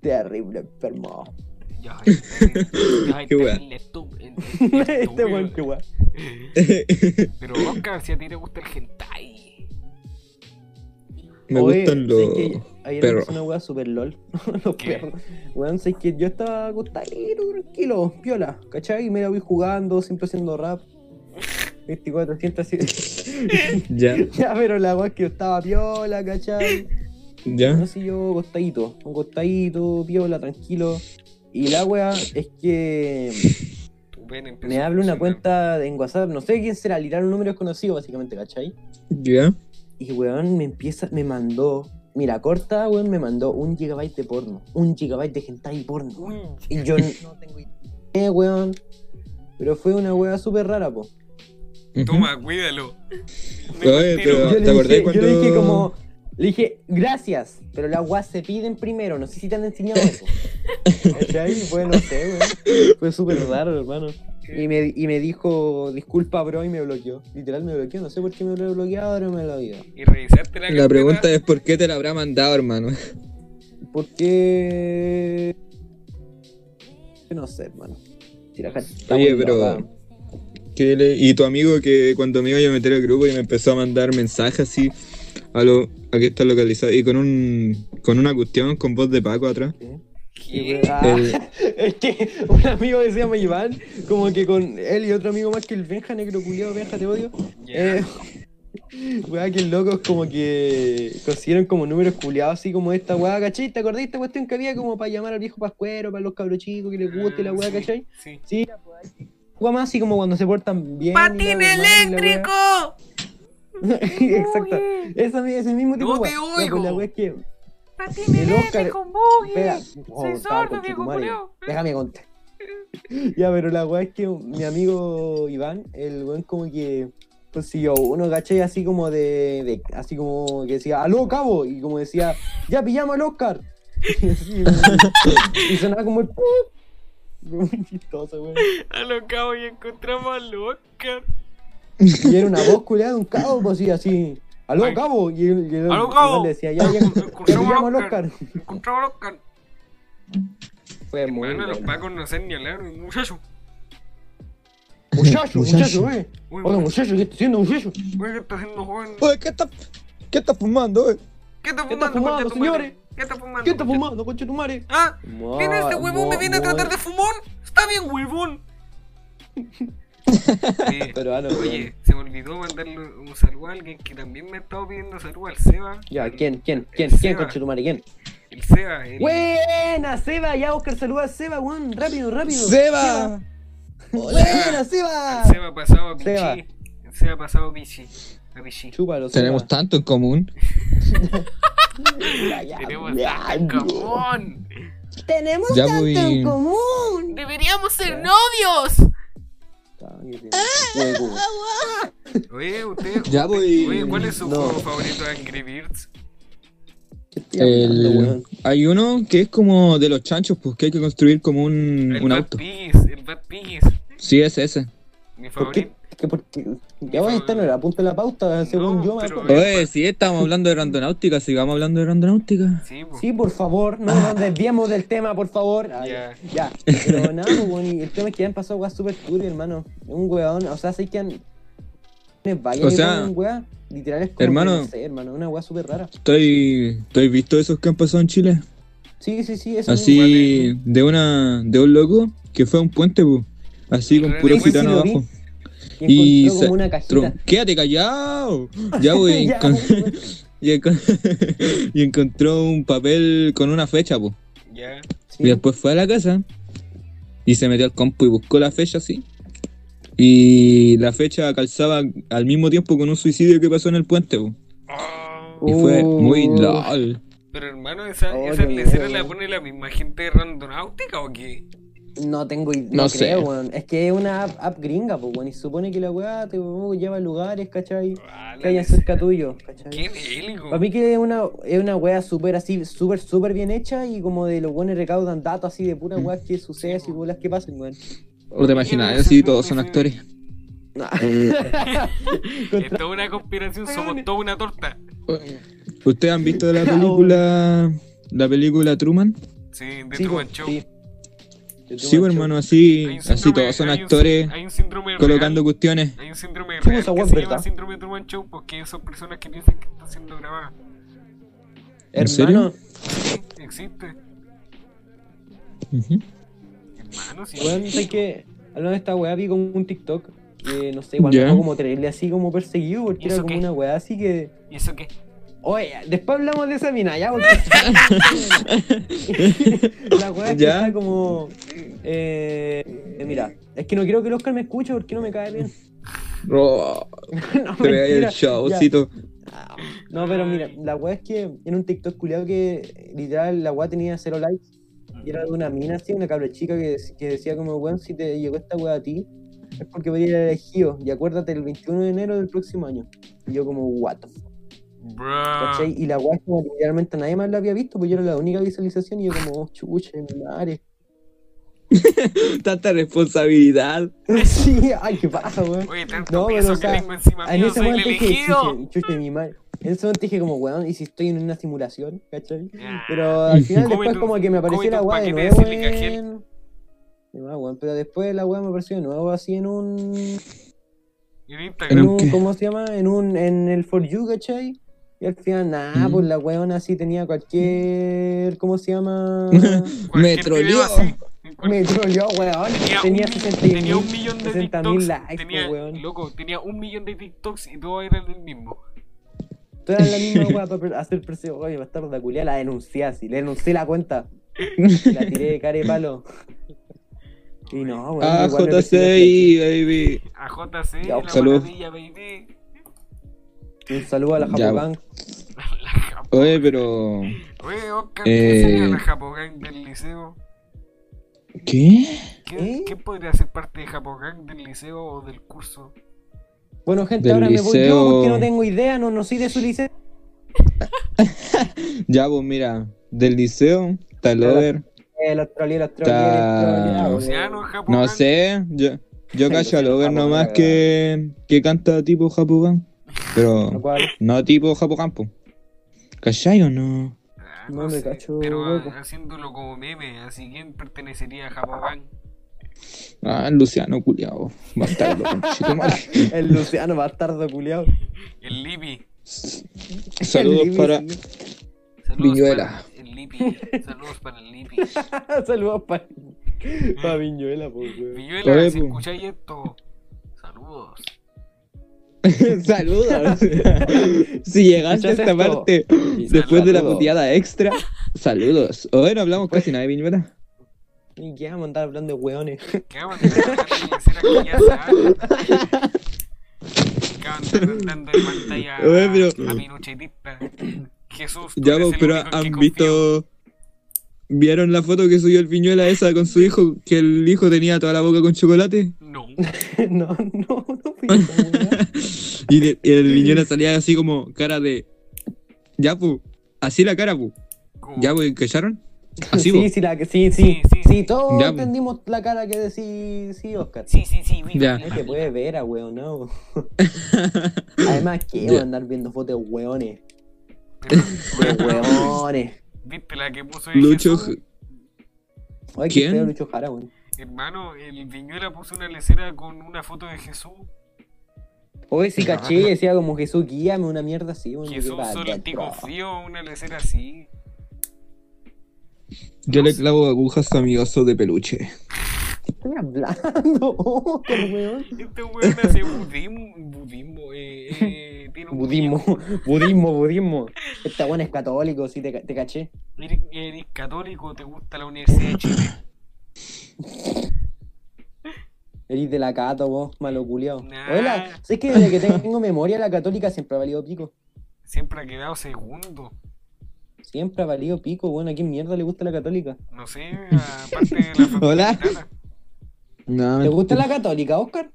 Terrible, enfermo.
Ya, eh. ya,
Qué wea.
terrible estu-
Este weón, qué
estúpido.
weá.
Pero Oscar, si a ti te gusta el hentai.
Me
Oye,
gustan
¿sabes
los...
que ayer
perros.
me hice una weá super lol. los
¿Qué?
perros. Weón, sé que yo estaba acostadito, tranquilo, piola, ¿cachai? Y me la voy jugando, siempre haciendo rap. 24, 107.
Ya,
ya, pero la weá es que yo estaba piola, ¿cachai? No
ya.
sé yo, acostadito, acostadito, piola, tranquilo. Y la weá es que
tu pene empezó
me
a
habla una
funcionar.
cuenta en WhatsApp, no sé quién será, lirar un número desconocido, básicamente, ¿cachai?
Ya.
Y weón me empieza, me mandó. Mira, corta, weón, me mandó un gigabyte de porno. Un gigabyte de hentai porno.
Un
Y yo n- no tengo idea, eh, weón. Pero fue una weá súper rara, po.
Toma, cuídalo.
Oye, pero
yo, le
¿te
dije,
acordás
yo le dije
cuando-
como. Le dije, gracias, pero las weas se piden primero. No sé si te han enseñado eso. ¿Cachai? Fue, no sé, weón. Fue súper raro, hermano. Y me, y me dijo, disculpa, bro, y me bloqueó. Literal, me bloqueó. No sé por qué me lo bloqueó, ahora me lo dio.
Y revisaste la
La pregunta es por qué te la habrá mandado, hermano.
Porque. No sé, hermano. Si la gente está
Oye,
muy
pero-
loca.
¿Qué le- Y tu amigo que cuando me iba a meter al grupo y me empezó a mandar mensajes así a lo a que está localizado y con un con una cuestión con voz de Paco atrás.
Y-
¿Qué?
ah, es que un amigo que se llama Iván, como que con él y otro amigo más que el Benja, negro culiado, Benja, te odio.
Ya.
Eh, weá, que locos como que consiguieron como números culiados así como esta weá, ¿cachai? ¿Te acordás de esta cuestión que había como para llamar al viejo pascuero, para los cabros chicos que les guste la weá,
Sí,
¿cachai?
Sí.
Sí, la weá. Weá más así como cuando se portan bien. y la
¡Patín
weá, y la weá.
eléctrico!
Exacto. Esa mi- ese mismo tipo
No
de
te
weá. Ya,
oigo.
pues, la weá es que.
¡Patín
El Oscar-
eléctrico, boogie!
Espera, oh,
Soy
estaba
sordo, viejo
conchetumare.
culeo.
Déjame contar. ya, pero la weá es que mi amigo Iván, el weón como que consiguió uno, ¿cachai? Así como de, de- Así como que decía, ¡Aló, cabo! Y como decía, ¡Ya pillamos al Oscar! y, así, weón. Y sonaba como el. ¡pum! Muy chistoso, weón.
A los cabos y encontramos al Oscar.
Y era una voz culeada de un cabo, pues sí, así. ¡Aló,
Ay.
cabo! Y el, y el-
¡Aló,
y
cabo!
le decía, ya, ya, ya
Encontramos
llamo
al
al
Oscar.
Oscar.
Encontramos al Oscar.
Fue muy
Bueno, los
bueno.
pacos no hacen ni hablar, muchacho.
Muchacho, muchacho, eh.
Uy,
Oiga, muchacho, ¿qué está haciendo, muchacho?
uy, ¿qué está haciendo joven?
Oye, ¿qué está, qué está fumando, eh?
¿Qué está
¿Qué está
fumando,
fumando,
concha tu madre?
señores?
¿Qué está fumando?
¿Qué está fumando, concha tu madre?
Ah, viene este
Mo-
huevón, me
mo-
viene a tratar
mo-
de fumón. Está bien, huevón. Eh,
Peruano, weón.
Oye, se me olvidó mandarle un saludo a alguien que también me ha estado pidiendo saludo al Seba.
Ya,
El-
¿quién, quién,
el
quién, quién,
Seba,
concha tu madre, quién?
El Seba, el,
¡Buena, Seba! Ya, Oscar, saluda a Seba, weón. Rápido, rápido.
¡Seba!
¡Buena,
el
Seba!
Seba ha pasado a Pichi.
Seba.
El Seba ha pasado a Pichi. A Pichi.
Chúpalo, Seba.
Tenemos tanto en común.
Ya, ya,
Tenemos
ya,
tanto en
no.
común.
Tenemos
Ya
tanto
voy-
en común.
Deberíamos ser novios.
Cállate, huevo.
Oye, usted.
Ya voy.
Oye, ¿cuál es su
No.
juego favorito de Angry Birds?
¿Qué estoy hablando,
El-
weón?
Hay uno que es como de los chanchos, pues que hay que construir como un,
El
un
Bad
auto.
Piggies, el Bad Piggies.
Sí, es ese.
Mi
¿Por
favorito.
qué? ¿Qué por qué? Ya voy a estar en la punta de la pauta, según yo. me
pero-
acuerdo.
Oye, sí, estábamos hablando de randonáutica, sigamos hablando de randonáutica.
Sí, po.
Sí, por favor, no nos desviemos del tema, por favor. Ah,
Ya.
Ya. Pero nada, pues, weón, y el tema es que han pasado weas super turbio, hermano. Un weón, o sea, sé que han. Vayan
O
y
sea,
ponen weas, literal es como. que
hermano.
no sé, hermano, una wea súper rara.
Estoy, estoy visto esos que han pasado en Chile.
Sí, sí, sí, eso
Así, de una, de un loco que fue a un puente, pu. Así con puro
Ese sí
gitano
lo vi.
abajo.
mismo. Y
y
encontró
se-
como una cajita.
Tru- Quédate callado. Ya voy.
Ya, pues,
con-
weón.
y, encon- y encontró un papel con una fecha, pues.
Ya.
Sí.
Y después fue a la casa y se metió al compu y buscó la fecha así. Y la fecha calzaba al mismo tiempo con un suicidio que pasó en el puente. po.
Ah,
Y fue
Uh.
muy lol.
pero hermano, ¿esa,
Oh,
esa
qué
lesera
miedo.
la pone la misma gente de Randonáutica o qué?
No tengo idea.
No
No,
sé.
creo, weón. Es que es una app, app gringa, pues, weón. Y supone que la weá te uh, lleva a lugares, ¿cachai?
Ah, la
Que hayan
lesera.
cerca tuyo, ¿cachai?
Qué bélico.
Para mí que es una, es una wea súper así, súper, súper bien hecha y como de los buenos recaudan datos así de puras weas que sucedan y bolas que pasen, weón.
¿O te imaginas? Así todos son actores.
No.
Es toda una conspiración, somos toda una torta.
¿Ustedes han visto la película la película Truman?
Sí, de
Sí,
Truman
po,
Show.
sí. De
Sí,
Truman
hermano,
Show.
Hay
así
un
así
síndrome-
todos son
hay un
actores
sí- Hay un síndrome
colocando
real.
cuestiones.
Hay un síndrome
Sí,
real
esa
que
hueá es
se llama
verdad.
síndrome de Truman Show porque son personas que piensan que está siendo grabada.
¿En
Hermano,
Sí, existe.
Ujú.
Hermano, sí.
weón, sé que hablando de esta wea vi como un TikTok que no sé, igual
Ya.
me dejó como traerle así como perseguido porque
¿Y
era
eso
como
qué?
una wea así que.
¿Y eso qué?
Oye, después hablamos de esa mina, ya, porque. la weá es que
Ya.
está como. Eh, eh, mira, es que no quiero que el Oscar me escuche porque no me cae bien.
Oh,
No,
te veía
mentira,
el
ya.
showcito.
No, pero mira, la weá es que en un TikTok culiado que eh, literal la weá tenía cero likes y era de una mina así, una cabra chica que, dec- que decía como, weón, si te llegó esta weá a ti es porque voy a ir elegido y acuérdate el 21 de enero del próximo año. Y yo como, what the fuck,
Bro. Ah.
¿cachai? Y la weá es como literalmente nadie más la había visto porque yo era la única visualización y yo como, oh, chucha, mi madre.
Tanta responsabilidad.
sí, ay, qué pasa, weón.
Oye, tanto
No, pero,
peso
o
que
sea,
tengo encima
En
mío,
ese
soy el
momento dije,
elegido.
chuche, chuche, mi madre. En ese momento dije como, weón, y si estoy en una simulación, ¿cachai?
Ya.
Pero
Ah.
al final
Cómete
después
un-
como que me apareció
cómete
la
un
weá de
paquete de
nuevo
sílica gel.
en... De más, weón, pero después la weá me apareció de nuevo así en un...
En
En
Instagram.
un
un
qué?
¿Cómo se llama? En un en el For You, ¿cachai? Y al final, nada,
Mm.
pues la weona así tenía cualquier... ¿Cómo se llama?
Ah.
Cualquier
Me troleó.
video así, en cual-
me troleó, weón. Tenía,
un mi-
60 y
tenía un
mil-
millón de
60 mil
TikToks.
likes,
tenía,
po, weón.
Loco, tenía un millón de TikToks y todos eran del mismo.
Todas eran la misma weá para per- hacer precio. Oye, bastarda culia, la denuncié así, le denuncié la cuenta. Y La tiré de cara de palo. Y no, weón.
Ah,
igual me persiguió
JCI, baby.
A JC,
Ya,
la
salud.
maravilla, baby.
Un saludo a la
Ya,
Japocan.
La Japo.
Oye, pero.
Oye, Oscar, ¿qué sería
Eh.
la Japogang del liceo?
¿Qué?
¿Qué,
¿Eh?
qué podría ser parte de Japogang del liceo o del curso?
Eh,
Bueno, gente,
Del
ahora me voy yo
liceo.
porque no tengo idea, no, no soy de su liceo.
Ya, pues mira, del liceo,
Hola.
Talover,
Eh, el Australia, el Australia, el Australia.
Océano, Japón.
No sé, yo, yo cacho al over
Japón,
nomás
la
que, que canta tipo Japugán.
Lo
Pero
cual,
no tipo Japugán, po. ¿Cachai o no?
Ah,
no me cacho,
Pero
loco.
ah, haciéndolo como meme, así quién pertenecería a Japón.
Ah, Luciano, culiao. Bastardo, chico mal.
el Luciano bastardo culiao.
El Lipi.
Saludos
El Libby,
para
sí.
Saludos
Viñuela.
para el Lipi. Saludos para el Lipi.
Saludos para pa Viñuela, po, weón.
Viñuela,
Oye, pues.
si
pu.
escucháis esto, saludos.
Saludos. si llegaste
¿Escuchaste
a esta
esto?
parte después de la puteada extra, saludos. Hoy no hablamos casi nada de Viñuela.
Y que vamos a andar hablando de weones.
¿Qué vamos a hacer? que ya se haga? ¿Qué vamos a andar dando en pantalla
Oye, pero-
a, a Pinochetista? Jesús, tú
Ya,
eres el
pues, pero
único en que
han
confío.
visto. ¿Vieron la foto que subió el Viñuela esa con su hijo? Que el hijo tenía toda la boca con chocolate.
No.
no, no, no fui esa weá.
Y, de- y el Viñuela salía así como cara de. Ya, pues. Así la cara, pues.
como-
Ya, pues, ¿cacharon? Así,
sí,
pues.
sí, la que- sí,
Sí,
sí, sí,
sí.
todos
Ya, pues. po.
entendimos la cara que decís, sí, Oscar.
Sí, sí, sí, mira,
Ya.
mira,
No te
mira.
puede ver a weón, no. Además, ¿qué va a andar viendo fotos de weones?
Pero,
De
oye, pero,
weones.
¿Viste la que puso el
Lucho.
Jesús?
Ay, qué
¿Quién?
feo Lucho Jara, weón.
Hermano, el Viñuela puso una lecera con una foto de Jesús.
Oye, sí caché, decía como Jesús, guíame una mierda así, weón.
Jesús solo el tico frío, una lecera así.
Yo le clavo agujas a mi oso de peluche.
Estoy hablando, Oscar, weón.
Este weón hace budismo, budismo, eh, eh, tiene un
Budismo, budismo, budismo. Esta buena es católico, sí, te, ca- te caché.
Eres, eres católico, te gusta la Universidad de Chile.
Eres de la Cato, vos, malo culiao.
Nah.
Hola, sé que desde que tengo memoria, la católica siempre ha valido pico.
Siempre ha quedado segundo.
Siempre ha valido pico, bueno, ¿a quién mierda le gusta la católica?
No sé, aparte de la familia
Hola.
gitana.
No,
¿Te gusta la católica, Oscar?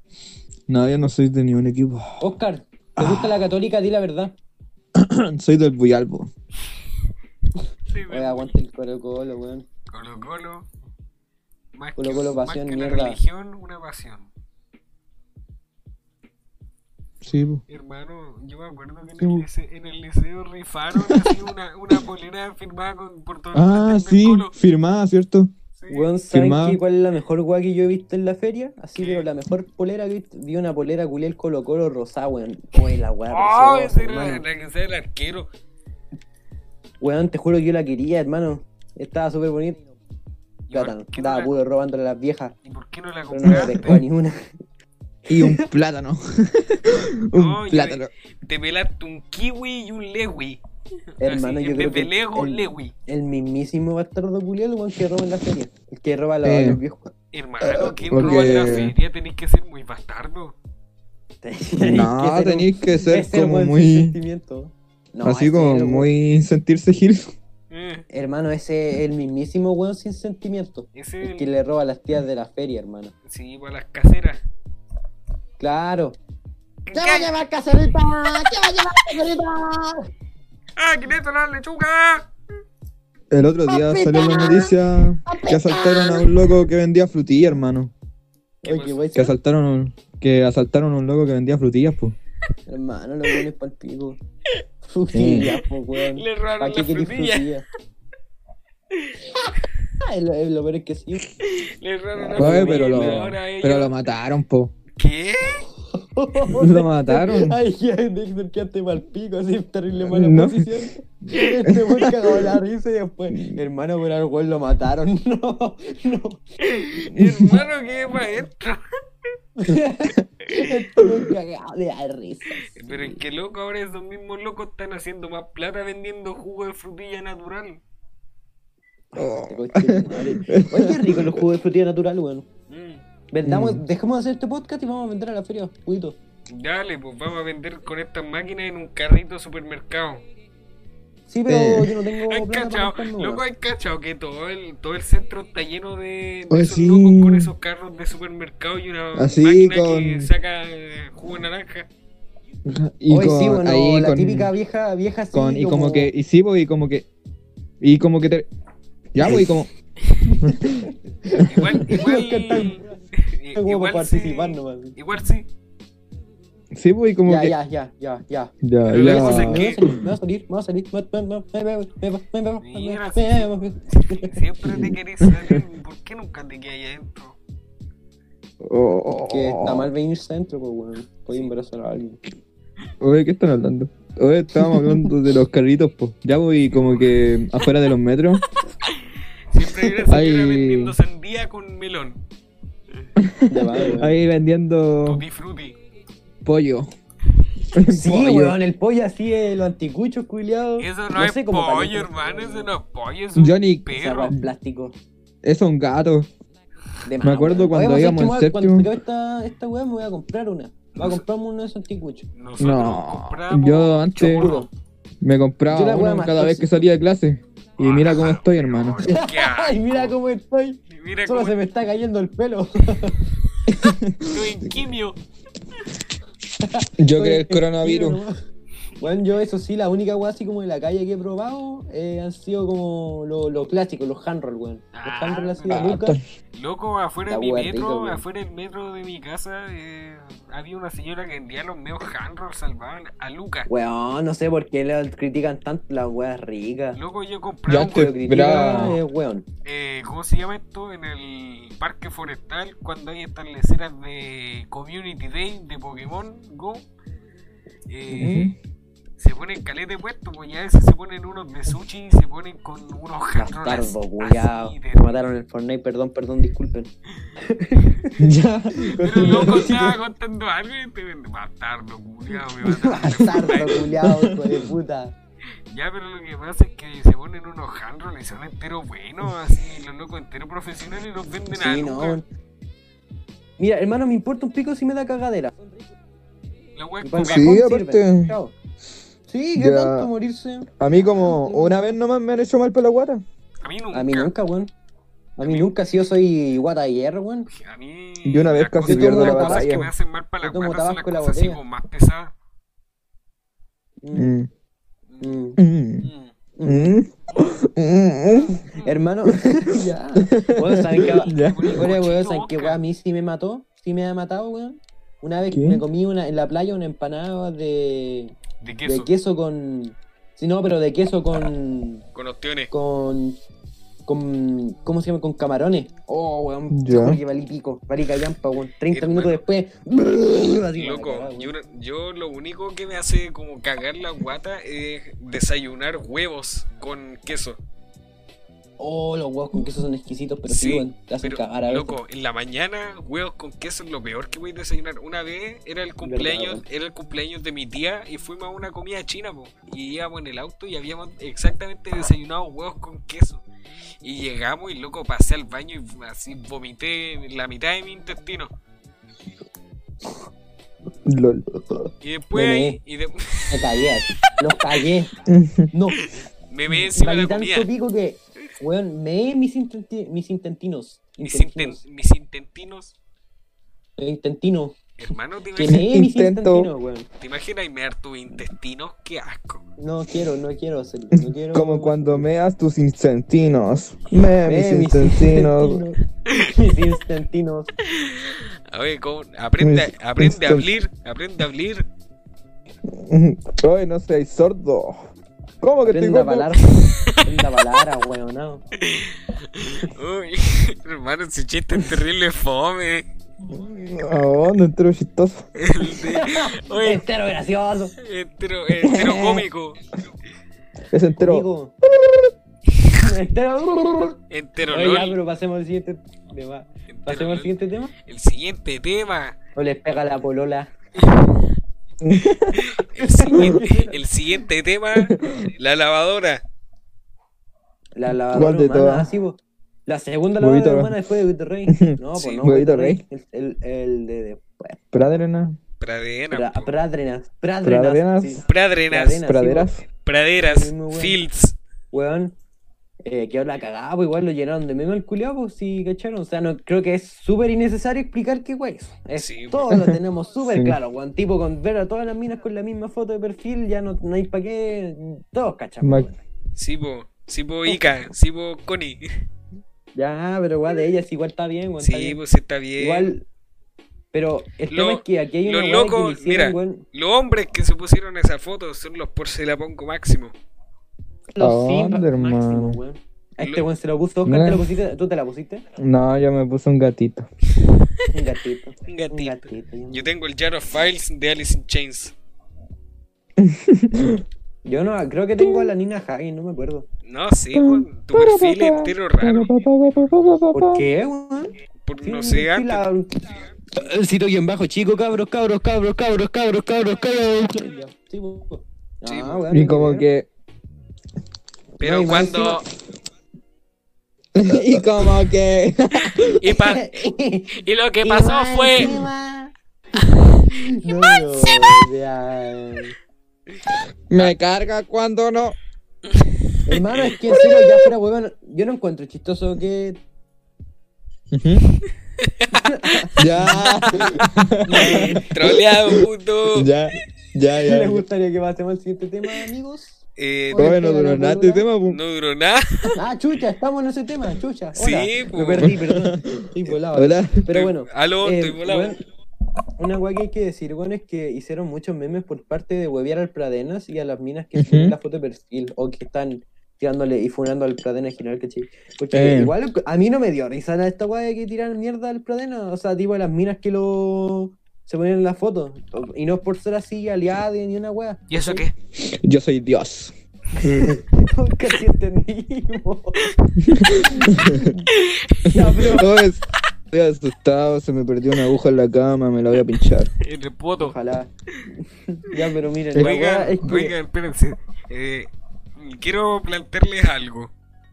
no, yo no soy de ningún equipo.
Oscar, ¿te gusta la católica? Di la verdad.
soy del Buyalbo.
Sí,
Oye, aguante el colo colo, weón.
Colo Colo. Más
Colo
que-
Colo,
más
pasión,
que
mierda.
Una religión, una pasión.
Sí, po.
Hermano, yo me acuerdo que en
Sí,
el,
bu-
lice- en el liceo rifaron así una, una polera firmada con, por todo el
Ah,
cartel del
sí,
Colo.
firmada, ¿cierto?
Sí,
Weón, ¿saben
Firmado.
qué? cuál es la mejor weá que yo he visto en la feria? Así,
¿Qué?
pero la mejor polera que he visto. Vi una polera culé el Colo Colo rosada, weón. Oye, la weá
Ah,
rosa,
esa era
hermano.
la que sea el arquero.
Weón, te juro que yo la quería, hermano. Estaba súper bonita.
¿Y por qué
Gata,
no
estaba
la-
puro robándole a las viejas.
¿Y por qué no la
Pero no me
compraste?
dejó ni una.
Y un plátano. un
No, yo-
plátano.
Te pelaste un kiwi y un lewi.
Hermano,
Así,
yo
en
creo
vez de
que
Lego,
el-
Lewi.
El mismísimo bastardo culiao, el weón que roba en la feria. El que roba a los,
Eh.
a los viejos.
Hermano, ¿quién
Ah, porque-
roba en la feria? Tenés que ser muy bastardo.
No,
tenía
tenéis que ser como
buen
muy.
sentimiento. No,
Así
ese
como
es el-
muy sentirse Gil.
Eh,
Hermano, ese es el mismísimo weón sin sentimiento.
ese es
El
el-
que le roba a las tías de la feria, hermano.
Sí, para las caseras.
Claro.
¿Qué va a llevar caserita? ¿Qué va a llevar caserita?
¡Ah, quineta la lechuga!
El otro día
Papita.
salió la noticia que
Papita.
asaltaron a un loco que vendía frutillas, hermano.
¿Qué
Oye,
pasó?
weón,
Que asaltaron a un, que asaltaron a un loco que vendía frutillas, pues.
hermano, lo pones pa'l pico. Frutillas, po, weón.
Le robaron
¿Para qué
las
querís
frutillas.
frutillas? Ay, lo, lo peor es que sí.
Le robaron la
Oye,
familia,
pero lo,
ahora
pero
ellos-
lo mataron, po.
¿Qué?
Lo mataron.
Ay, ya, Dexter, quedaste mal pico, así, terrible mala
No.
posición. Este weón cagó la risa y después, hermano, pero al weón lo mataron. No, no.
Hermano, qué maestro.
Este weón cagado de la risa.
Pero es que loco, ahora esos mismos locos están haciendo más plata vendiendo jugo de frutilla natural.
Este conchetumare. Oye, qué rico los jugos de frutilla natural, weón.
Mm.
Vendamos,
Mm.
dejemos de hacer este podcast y vamos a vender a la feria los juguitos.
Dale, pues vamos a vender con estas máquinas en un carrito de supermercado.
Sí, pero
Eh.
yo no tengo
Hay
plata para
cachao,
comprarme uno.
loco, hay cachao que todo el, todo el centro está lleno de, de
Oye,
esos
sí.
locos con esos carros de supermercado y una
Así,
máquina que
con-
saca eh, jugo de naranja.
Y
Oye,
con-
sí, bueno,
ahí
la
con-
típica vieja, vieja así
con- y como que, y sí, po, y como que, y como que te, ya, po, y como,
Igual,
Nos cantamos.
igual.
Es como para
Igual sí.
participar nomás.
Igual sí.
Sí, pues, y como
Ya,
que.
ya, ya, ya, ya.
Ya,
Pero
ya.
eso se
Me voy a salir, me voy a salir, me voy a salir. me voy a- me voy a- me voy a- me voy a- me voy a- me voy a- me voy a-
Siempre te querés salir. ¿Por qué nunca te quedas ahí adentro?
Oh, oh, oh.
Que está mal venir centro, pues, weón. Podía embarazar a alguien.
Oye, ¿qué están hablando? Oye, estábamos hablando de los carritos, pues. Ya voy como que afuera de los metros.
Siempre hay
Ay.
una señora vendiendo sandía con melón.
Ya va, weón.
Ahí vendiendo
Tutti frutti.
pollo.
Sí,
Pollo.
weón, el pollo así, eh, los anticuchos, culiados.
Eso no, es pollo, hermano. Eso no es pollo. Eso es
Johnny,
un perro.
plástico.
Eso es un gato.
De
Me
más,
acuerdo
weón.
cuando
Oye, pues,
íbamos
¿sabes
al
qué?
séptimo.
Me voy- Cuando acabe esta, esta weá me voy a comprar una. Voy a comprarme uno de esos anticuchos.
Nosotros
No,
compramos
yo antes
Juro.
me
Yo
compraba
la wea
uno
más
cada vez que
tóxica.
salía de clase. Y
Ah.
mira cómo estoy, hermano.
Qué asco.
Ay, mira cómo estoy.
Mira
Solo
cómo
se me está cayendo el pelo.
estoy en quimio.
Estoy
Yo creo el
en
coronavirus.
fiebre, weón. Weón, yo eso sí, la única weá así como en la calle que he probado eh, han sido como lo, lo clásico, los handroll, weón. Los
Ah,
handroll así de
ah,
Lucas.
Loco, afuera de
La
mi
wea rica,
metro,
weón.
afuera del metro de mi casa, eh, había una señora que vendía los meos handrolls salvaban a Lucas.
Weón, no sé por qué le critican tanto las weas ricas.
Loco, yo
Yo
compraba un,
antes-
Lo critican,
Bravo.
eh, weón.
eh, ¿cómo se llama esto? En el parque forestal, cuando hay estas leceras de Community Day de Pokémon Go. eh, Se ponen calete puesto, pues ya a veces se ponen unos de sushi y se ponen con unos handrolls
Bastardo, culiao.
así de-
Me mataron el Fortnite, perdón, perdón, disculpen.
Ya.
Pero loco, estaba contando algo y te vende bastardo, culiao, me
Bastardo,
bastardo.
culiao, hijo de puta.
Ya, pero lo que pasa es que se ponen unos handrolls y son enteros buenos, así, los locos enteros profesionales y los venden a
Sí, no.
Lucas.
Mira, hermano, me importa un pico si me da cagadera.
La wea es
Para el
Sí,
cajón
aparte.
sirven. Chao. Sí, ¿qué
Ya.
tanto morirse?
A mí como una vez nomás me han hecho mal para la guata.
A mí nunca.
A mí nunca, weón. A mí nunca, si yo soy guata de hierro, weón.
A mí.
Yo una vez
las
casi
cosas-
pierdo la
las cosas
batalla.
que me hacen mal para la
Yo tomo
guata son las
tabaco en la
cosas así
botella.
como más pesadas.
Mm,
Mm.
mm,
Mm.
Mm.
Mm. Mm.
Hermano, ya. Weón, ¿saben qué?
Ya.
Oye, weón,
Cochino,
¿saben qué,
Oscar.
weón? A mí sí me mató. Sí me ha matado, weón. Una vez
¿Qué?
me comí una, en la playa una empanada de,
De
de
queso,
queso con. Sí, no, pero de queso con.
con opciones.
con. con. ¿Cómo se llama? Con camarones. Oh, weón.
Ya.
Oye, valí pico, valí callampa, weón. 30 minutos
Hermano.
después. así, la
Loco,
cagada,
yo,
weón.
yo lo único que me hace como cagar la guata es desayunar huevos con queso.
Oh, los huevos con queso son exquisitos, pero sí,
Sí,
weón, te hacen
Pero,
cagar a veces.
loco, en la mañana, huevos con queso es lo peor que voy a desayunar. Una vez era el cumpleaños,
weón.
era el cumpleaños de mi tía y fuimos a una comida china, po. Y íbamos en el auto y habíamos exactamente desayunado huevos con queso. Y llegamos y loco, pasé al baño y así vomité la mitad de mi intestino.
Lol.
Y después
Meneé.
ahí- y de-
Me cagué así. Los cagué. No,
me meé encima de
valí
la
tanto
comida.
pico que, weón, me mis, intenti- mis intentinos.
Mis,
Intentinos.
inten- mis intestinos,
Intentino.
hermano, te
Que
imaginas,
me mis
Intento.
intentinos, weón.
te imaginas mear tus intestinos, qué asco.
No quiero, no quiero hacerlo. No quiero.
Como cuando meas tus incentinos. Me mis
Eh,
incentinos.
Mis instantininos.
A ver, ¿cómo? aprende,
Mis-
aprende a
mis-
hablar, aprende a hablar.
Oye, no seas sordo. ¿Cómo que te
Prenda
como?
palabra. Prenda palabra, weón. No.
Uy, hermano, ese chiste es terrible fome.
Oh, no entero chistoso.
El de- Oye,
Entero gracioso.
entero, entero cómico.
Es entero.
Amigo. Entero.
Entero
Oye, ya,
LOL.
pero pasemos al siguiente tema.
entero
Pasemos
LOL.
al siguiente tema.
El siguiente tema.
O les pega la polola.
El siguiente, el siguiente tema. La lavadora.
La
¿Cuál
lavadora
de
humana,
todas?
ah, sí, po. La segunda
Huevito
lavadora
Rey.
humana después de Huevito Rey. No,
Sí,
pues no.
Huevito
El, el, el de después.
Praderenas.
Praderas.
Pra-
po.
Pradrenas. Pradrenas.
Praderenas.
Praderas.
sí.
Praderas.
Praderas.
Sí, muy bueno.
Fields.
Weón. Eh, quedó la cagada, pues igual lo llenaron de meme al culiao, pues si cacharon. O sea, no, creo que es súper innecesario explicar qué guay es. es
Sí, po.
todo lo tenemos súper
Sí.
claro, weón. Tipo, con ver a todas las minas con la misma foto de perfil, ya no, no hay para qué. Todos cachamos.
Ma-
weón.
Sibo. Sibo Ica. Sibo Connie.
Ya, pero igual de ellas igual está bien, weón. está
Sí,
bien.
pues sí, está bien.
Igual. Pero el
Lo-
tema es que aquí hay
los
una weá
locos,
que le hicieron,
mira.
weón.
Los hombres que se pusieron esa foto son los porcelapongo máximo.
Los
¿A
Sims,
dónde,
máximo,
hermano?
weón. A este
Lo-
weón se lo puso Oscar, ¿te
Mira.
lo pusiste? ¿Tú te la pusiste?
No, yo me puse un gatito.
Un gatito.
Un
Un
gatito.
gatito.
Yo tengo el Jar of Files de Alice in Chains.
Yo no, creo que tengo a la Nina Hagen, no me acuerdo.
No, sí,
Em,
weón, tu perfil es entero raro.
¿Por qué, weón?
Por,
Sí,
no
sí,
sé, antes,
la-
Cito guión bajo, chico, cabros, cabros, cabros, cabros, cabros, cabros, cabros.
Sí, weón.
Sí,
No, weón,
Y como
nada
que.
pero
no, y más
cuando...
y como que.
Y, pa-
ver.
y lo que pasó fue...
No, no, ya.
me carga cuando no.
Hermano, es que en serio, ya fuera huevón, yo no encuentro chistoso que.
ya.
eh, Troleado, puto.
ya. Ya,
¿Les
ya.
gustaría que pasemos al siguiente tema, amigos?
Eh,
Oye, no duró nada este tema, pu.
no duró nada.
Ah, chucha, estamos en ese tema, chucha. Hola.
Sí,
me
pues.
perdí, perdón. Estoy volado.
Hola.
Pero bueno.
Aló,
eh,
estoy volado.
weón, una weá que hay que decir, bueno, es que hicieron muchos memes por parte de huevear al Pradenas y a las minas que
Ujú.
tienen la foto de perfil o que están tirándole y funando al Pradenas en general, ¿cachai? Porque
Eh.
igual a mí no me dio risa la- esta weá de que tiran mierda al Pradenas, o sea, tipo a las minas que lo se ponen en la foto. O- Y no es por ser así aliada ni una weá.
¿Y eso qué?
Yo soy Dios.
Casi entendimos. Ya, pero-
Oye, Estoy asustado, se me perdió una aguja en la cama, me la voy a pinchar.
En el poto.
Ojalá. ya, pero miren, la
Oigan,
weá es que-
oigan, espérense. Eh, quiero plantearles algo.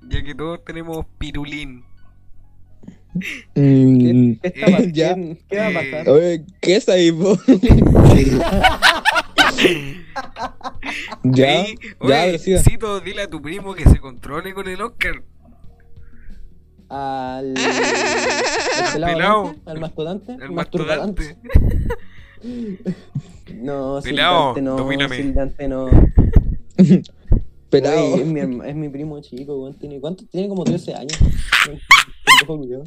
Ya que todos tenemos pirulín.
Mm,
¿Qué, está pas-
Eh, ya.
qué- qué va a
Eh,
pasar?
Oye, ¿qué es ahí, po? ya,
Ahí,
ya,
oye,
pero siga.
Cito, dile a tu primo que se controle con el Oscar.
Al. al
Pelao.
Dante, Al mastodante.
El
masturbadante.
mastodante.
No, sí,
Pelao,
Dante no.
domíname.
sí, Dante no.
Pelado.
Oye, es, mi, herma- es mi primo chico, weón. Tiene, ¿cuánto? Tiene como 13 años. Pendejo culiao.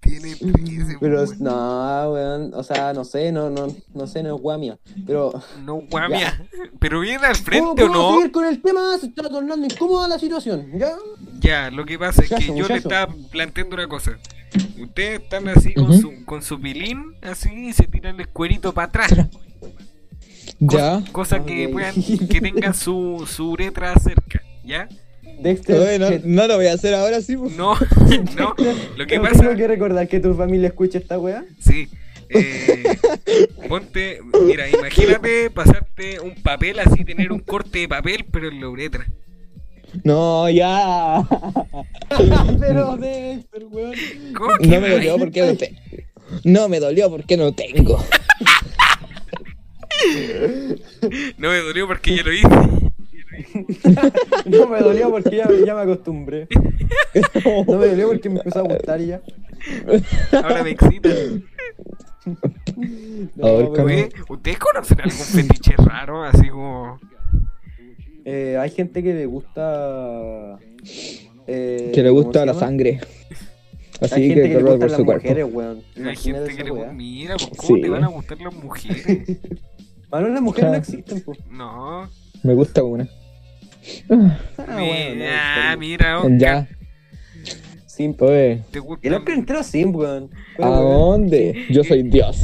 Tiene prisa,
Pero
weón.
no, weón. O sea, no sé, no, no, no sé, no es guamia. Pero.
No, guamia. Pero viene al
¿Cómo
frente o
puedo
no.
seguir con el tema? Se está tornando incómoda la situación, ¿ya?
Ya, lo que pasa es que
Muchacho,
yo le
muchacho.
estaba planteando una cosa. Ustedes están así con
Ujú.
su con su pilín, así y se tiran el cuerito para atrás. Co-
ya.
Cosa
Ok.
que puedan que tengan su, su uretra cerca, ¿ya?
Dexter.
Oye, no,
que-
no lo voy a hacer ahora, sí, pues. po.
No, no. Lo que
Tengo
pasa
que recordar que tu familia escucha esta weá.
Sí. eh, ponte, mira, imagínate pasarte un papel así, tener un corte de papel, pero en la uretra.
No, ya.
Pero Dexter, weón.
¿Cómo que
No me
no?
dolió porque no tengo. No me dolió porque no tengo.
No me dolió porque ya lo hice.
No me dolió porque ya, ya me acostumbré. No me dolió porque me empezó a gustar y ya.
Ahora me excita.
No,
A ver,
pero,
Oye, ¿Ustedes conocen algún fetiche raro? Así como.
eh, hay gente que le gusta. eh,
Que le
¿cómo
gusta
se
la
llama?
sangre.
Hay
Así
gente
que
que, le
corre
gustan
por
las
su cuerpo.
mujeres, weón.
Hay
Imagínate
gente
esa
que le
weá.
Mira, pues, ¿cómo
Sí.
te van a gustar las mujeres?
Manuel, las mujeres no existen, po.
No.
Me gusta una.
Ah, weón. no,
Mira,
pero-
mira, Oscar,
Ya.
Simp.
Oye,
te gusta.
El Oscar entró simp, weón. Pero,
¿a
weón,
dónde? Yo soy Dios.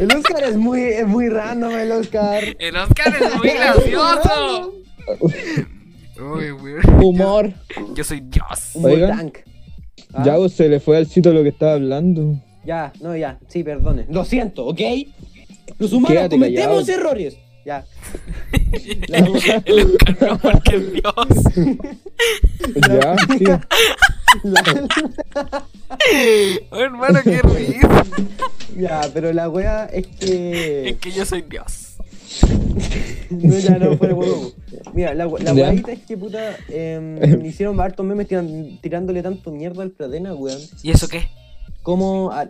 El Oscar es muy, es muy random, el Oscar.
El Oscar es muy gracioso. Uy, weón.
Humor.
Yo soy Dios.
Un
Oigan.
tank. Ah.
Ya pues, se le fue al sitio lo que estaba hablando.
Ya, no, ya, sí, perdone. Lo siento, ¿ok? Los humanos
Quédate
cometemos
callado.
errores. Ya. La,
El Oscar no, porque es Dios.
Ya, sí.
la-
Oh, hermano, qué risa.
ya, pero la wea es que.
Es que yo soy Dios.
No, ya no fue huevo. Mira, la, we- la
Ya.
weadita es que puta. em, Eh, hicieron hartos memes tiran- tirándole tanto mierda al Pradena, weón.
¿Y eso qué?
cómo... a-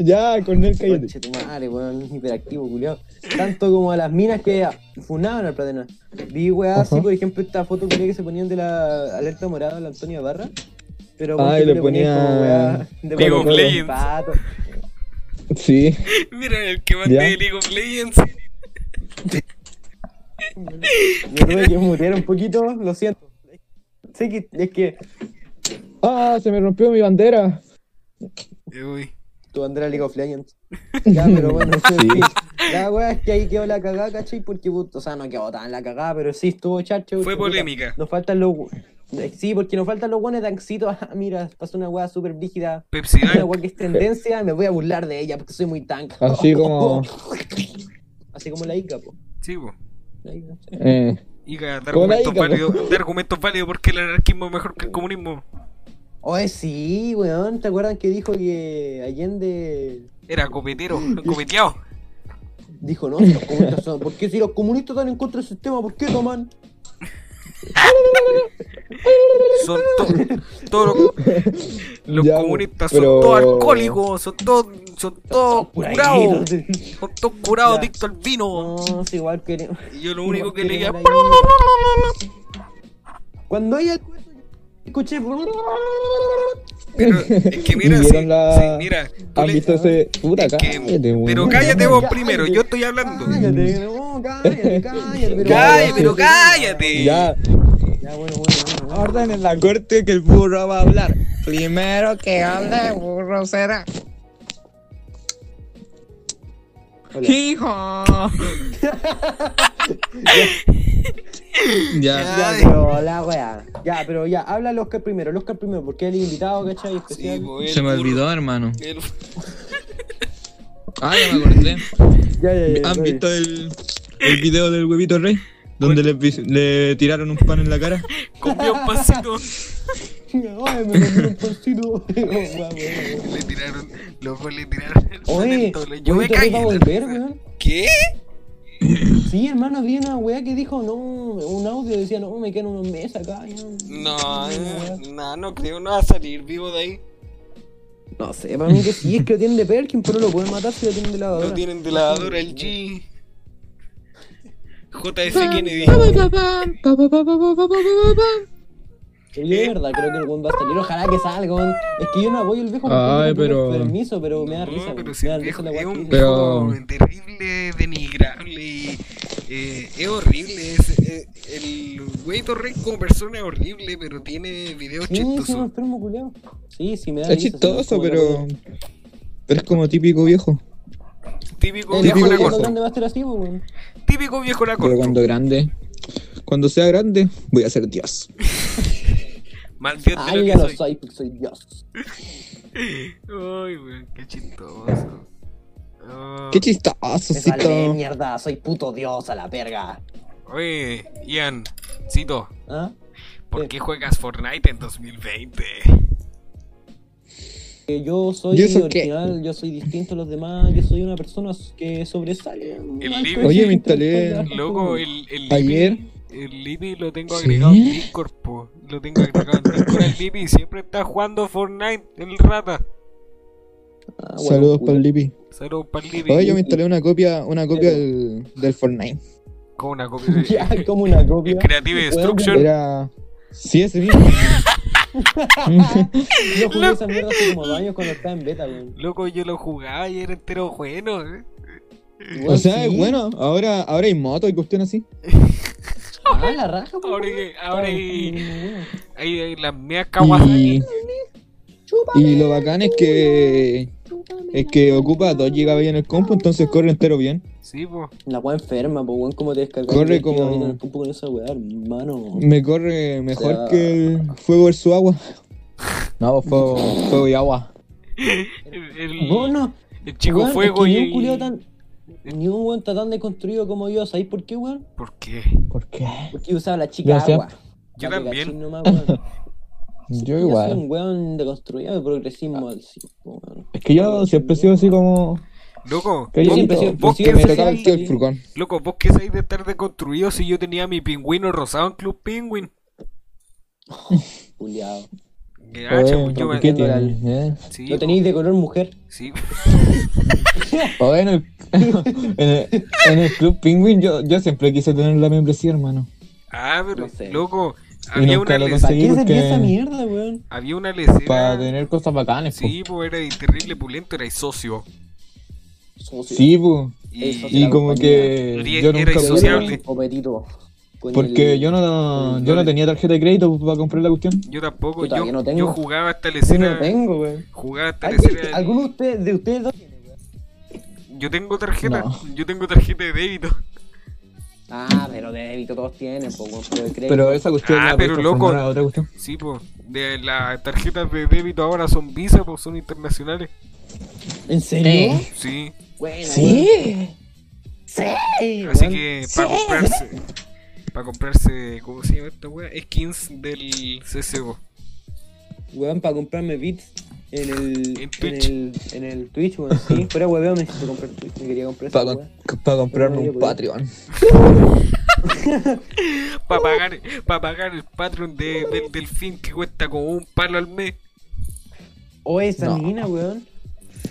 ya, Cornel, cállate.
Conche tu madre, weón, hiperactivo, culiao. Tanto como a las minas que funaban al plateno. Vi, weá, así,
Ajá.
por ejemplo, esta foto culiao que se ponían de la alerta morada al Antonio Barra. Pero
Ah,
ponte
y
que
le ponía-
ponían como, weá, de
League
Colo
of
Colo,
Legends.
pato.
Sí.
Mira el que mandé
Ya.
de League of Legends.
Me tuve que mutear un poquito, lo siento. Sí que es que
¡Ah! Se me rompió mi bandera.
Uy.
tu bandera League of Legends. Ya, pero bueno, en fin,
Sí.
la weá es que ahí quedó la cagada, ¿cachai? Porque, puto, o sea, no quedó tan la cagada, pero sí estuvo chacho. porque,
Fue
puta,
polémica.
Nos faltan los. gu- eh, Sí, porque nos faltan los guanes tanxitos. Ah, mira, pasó una weá súper brígida.
Pepsi
Una
Dank.
weá que es tendencia, me voy a burlar de ella porque soy muy tank.
Así como.
Así como la Ica, po.
Sí, po.
La Ica, sí.
Eh,
Y dar
Como la
argumentos
Ica, po.
válidos. De argumentos válidos porque el anarquismo es mejor que el comunismo.
Oye, sí, weón. ¿Te acuerdan que dijo que Allende
Era copetero, copeteado.
dijo, no, si los comunistas son. ¿Por qué si los comunistas están en contra del sistema? ¿Por qué toman?
Son to- todos los, los
Ya,
comunistas,
pero-
son todos alcohólicos, son todos, son todos curados, son todos curados,
Ya.
adictos al vino.
No, es igual que.
Y yo lo único que leía.
Cuando ella. Escuché.
Pero es que mira,
¿Y
sí,
vieron la-
sí, mira. tú
¿Han
le-
visto ese.? Puta,
es que-
cállate, weón.
pero cállate vos
Cállate.
primero, yo estoy hablando.
Cállate, no, cállate, cállate. Pero
Cállate, pero
Ya,
cállate.
Ya.
Ya, bueno, bueno, bueno.
Orden en la corte que el burro va a hablar. Primero que hable, burro será.
Hola.
¡Hijo! ya.
Ya, pero la wea. Ya, pero ya, habla el Oscar primero, el Oscar primero, porque es el invitado, ¿cachai? Especial.
Se me olvidó, hermano.
El-
Ah, ya me acordé.
ya, ya, ya,
¿Han
ya.
visto el, el video del huevito rey? Donde le, pis- le tiraron un pan en la cara.
Comió un pasito.
Ay, me comí un pancito. Oh, wea, wea,
Le tiraron, los le tiraron. el
wea.
talento, le-
Oye,
Yo me
¿Huevito Rey va a
cagué.
volver, weón?
¿Qué?
Sí, hermano, vi una wea que dijo, no, un audio decía, no, me quedan unos meses acá. ya.
No, eh,
wea.
no, no creo, no va a salir vivo de ahí.
No sé, para mí que sí, es que lo tienen de Perkin, pero lo pueden matar si lo tienen de lavadora.
Lo tienen de lavadora el G. JF Kennedy.
Pero yo de verdad creo que el weón va a salir, ojalá que salga, weón. Es que yo no apoyo el viejo porque
Ay,
nunca tuve
pero-
permiso, pero me da risa.
No,
weón.
pero
Me
si
da
el viejo
risa la
es
weá que
un
dice.
Pero-
viejo terrible, denigrable y eh, es horrible. es- eh, el güey Torres como persona es horrible, pero tiene videos
Sí, sí, un
chistosos.
enfermo culiao. Sí, sí, me da
Es
risa, sí,
chistoso,
como la
pero.
weá.
Pero es como típico viejo.
Típico
El
viejo
viejo
la corto.
cuando
lacorto.
grande va a ser así, pues, weón.
Típico viejo
Pero cuando
lacorto.
grande. Cuando sea grande, voy a ser Dios.
Mal dios
Ah,
de Este
yo
lo
ya lo
que soy.
soy, porque soy Dios.
Ay, güey, qué chistoso. Ah,
Qué chistoso,
Me vale
cito.
mierda, soy puto Dios a la verga.
Oh, Oye, Ian, Cito,
¿Ah?
¿por
Sí.
qué juegas Fortnite en 2020?
Que yo soy
¿Y eso qué?
original, yo soy distinto a los demás, yo soy una persona que sobresale. Ay,
libro-
soy
Oye, me
intelectual,
instalé-
ya,
Loco,
weón.
el, el
Ayer.
Lipi- El Lipi lo tengo
¿Sí?
agregado en Discord, po. Lo tengo agregado en Discord al Lipi. Siempre está jugando Fortnite, el rata.
Ah, bueno,
Saludos
culo.
para el Lipi.
Saludos para el Lipi.
Oye, yo me instalé una copia, una copia del, del Fortnite.
Con una copia de-
Ya, como una copia.
el Creative
Weón,
Destruction.
Era. Sí, ese mismo.
Yo jugué esa mierda hace como dos años cuando estaba en beta, weón.
Loco, yo lo jugaba y era entero bueno. eh.
o
Weón,
sea,
sí.
es bueno. Ahora, ahora hay moto y cuestión así.
Ah, la raja, weón.
Ahora, que- ahora hay,
Weón.
hay, hay las meas
Y,
Kawasaki.
y lo bacán es que. Es que ocupa 2 GB en el compu, entonces corre entero bien.
Sí, po.
La weá enferma, pues weón, cómo te descargas.
Corre
el
como-
vino en el compu con esa weá, hermano.
Me corre mejor
O sea-
que el fuego versus agua. No, pues, fuego, fuego y agua.
El, el-
Vos no,
el Mm. chico
weón, es
fuego
que
y.
Ni un culiao tan. Ni un weón está tan desconstruido como yo, ¿sabéis por qué, weón?
¿Por qué?
¿Por qué?
Porque yo usaba la chica
Gracias.
agua.
Yo
La que
también.
cachín nomás, weón.
Yo
Yo soy
igual.
un weón deconstruido de
Ah.
progresismo al cien, po, weón.
Es que yo siempre he sido así como.
Loco,
que
Yo siempre
yo-
he sido-
vos
yo
qué
me
siempre
sabés-
he
tocaba el
soy-
tío el furgón.
Loco, vos qué sabéis de estar deconstruido si yo tenía mi pingüino rosado en Club Penguin.
Culiao.
Gacha,
Oh,
pues, yo me-
¿Qué
me-
tiene? ¿Eh?
Sí,
Lo tenéis de color mujer.
sí.
Oh, en, el, en, el, en el Club Penguin yo, yo siempre quise tener la membresía, hermano.
Ah, pero
No sé.
loco,
Y
había
nunca
una,
lo
le-
¿Para
conseguí
qué servía
porque-
esa mierda, weón?
había una lecera.
Para tener cosas bacanas, po.
Sí, pues era terrible pulento, era socio.
Socio.
Sí, po.
Y,
Eso sí.
Y
la
como
compañía.
que
Era-
yo
era
nunca
Pero
insociable.
bueno, Copetito. Con
Porque
el-
yo no,
el
yo no
dólar.
tenía tarjeta de crédito para comprar la cuestión.
yo tampoco,
Yo
yo,
todavía no tengo.
yo jugaba hasta
Yo no
lecera.
tengo, weón.
jugaba hasta
¿Alguien-
lecera.
¿Alguno de ustedes, de ustedes dos?
Yo tengo tarjeta,
No.
yo tengo tarjeta de débito.
Ah, pero de débito todos tienen, pues, po, weón. Pero de crédito.
Pero esa cuestión
Ah,
la
pero
puedes
loco.
transformar a otra cuestión.
Sí, pues, de las tarjetas de débito ahora son Visa, pues son internacionales.
¿En serio?
Sí,
Bueno,
así que para comprarse, para comprarse, ¿cómo se llama esta wea? Skins del CCO.
weón. Weón, para comprarme bits en el,
En
en,
Twitch.
el, en el Twitch, weón. Sí, fuera weón, me necesito comprar Twitch. Me quería comprar esa
Para,
weón.
comprarme
Yo no
un
voy a
Patreon.
Para pagar, para pagar el Patreon de, del delfín que cuesta como un palo al mes.
O Oh, esa
No.
mina, weón.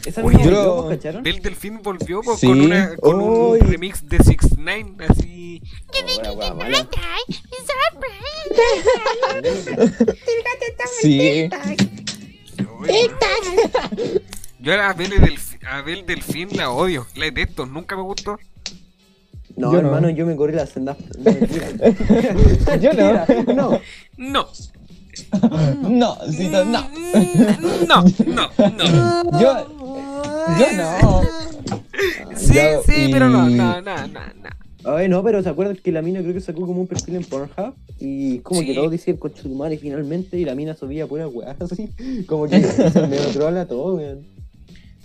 Esa
Oye,
mina
yo-
yo... ¿vos cacharon?
Del delfín volvió pues,
Sí.
con, una, con
Oy.
un remix de 6 9 así.
Ahora, weón, mala.
Sí.
Yo a Abel, y Delf- a Abel Delfín la odio, la detesto, nunca me gustó.
No,
Yo no.
hermano, yo me corrí la senda. No, mentira.
Yo no.
Mentira, no.
No,
No, sí, no,
Ah.
no.
Mm, no, no, no.
Yo, yo no.
Sí,
Ya,
sí,
y-
pero no, no, no, no. no.
Ay, no, pero ¿se acuerdan que la mina creo que sacó como un perfil en Pornhub? Y como
Sí.
que todos decían conchetumare finalmente y la mina subía pura weá así. Como que me trola todo, weón.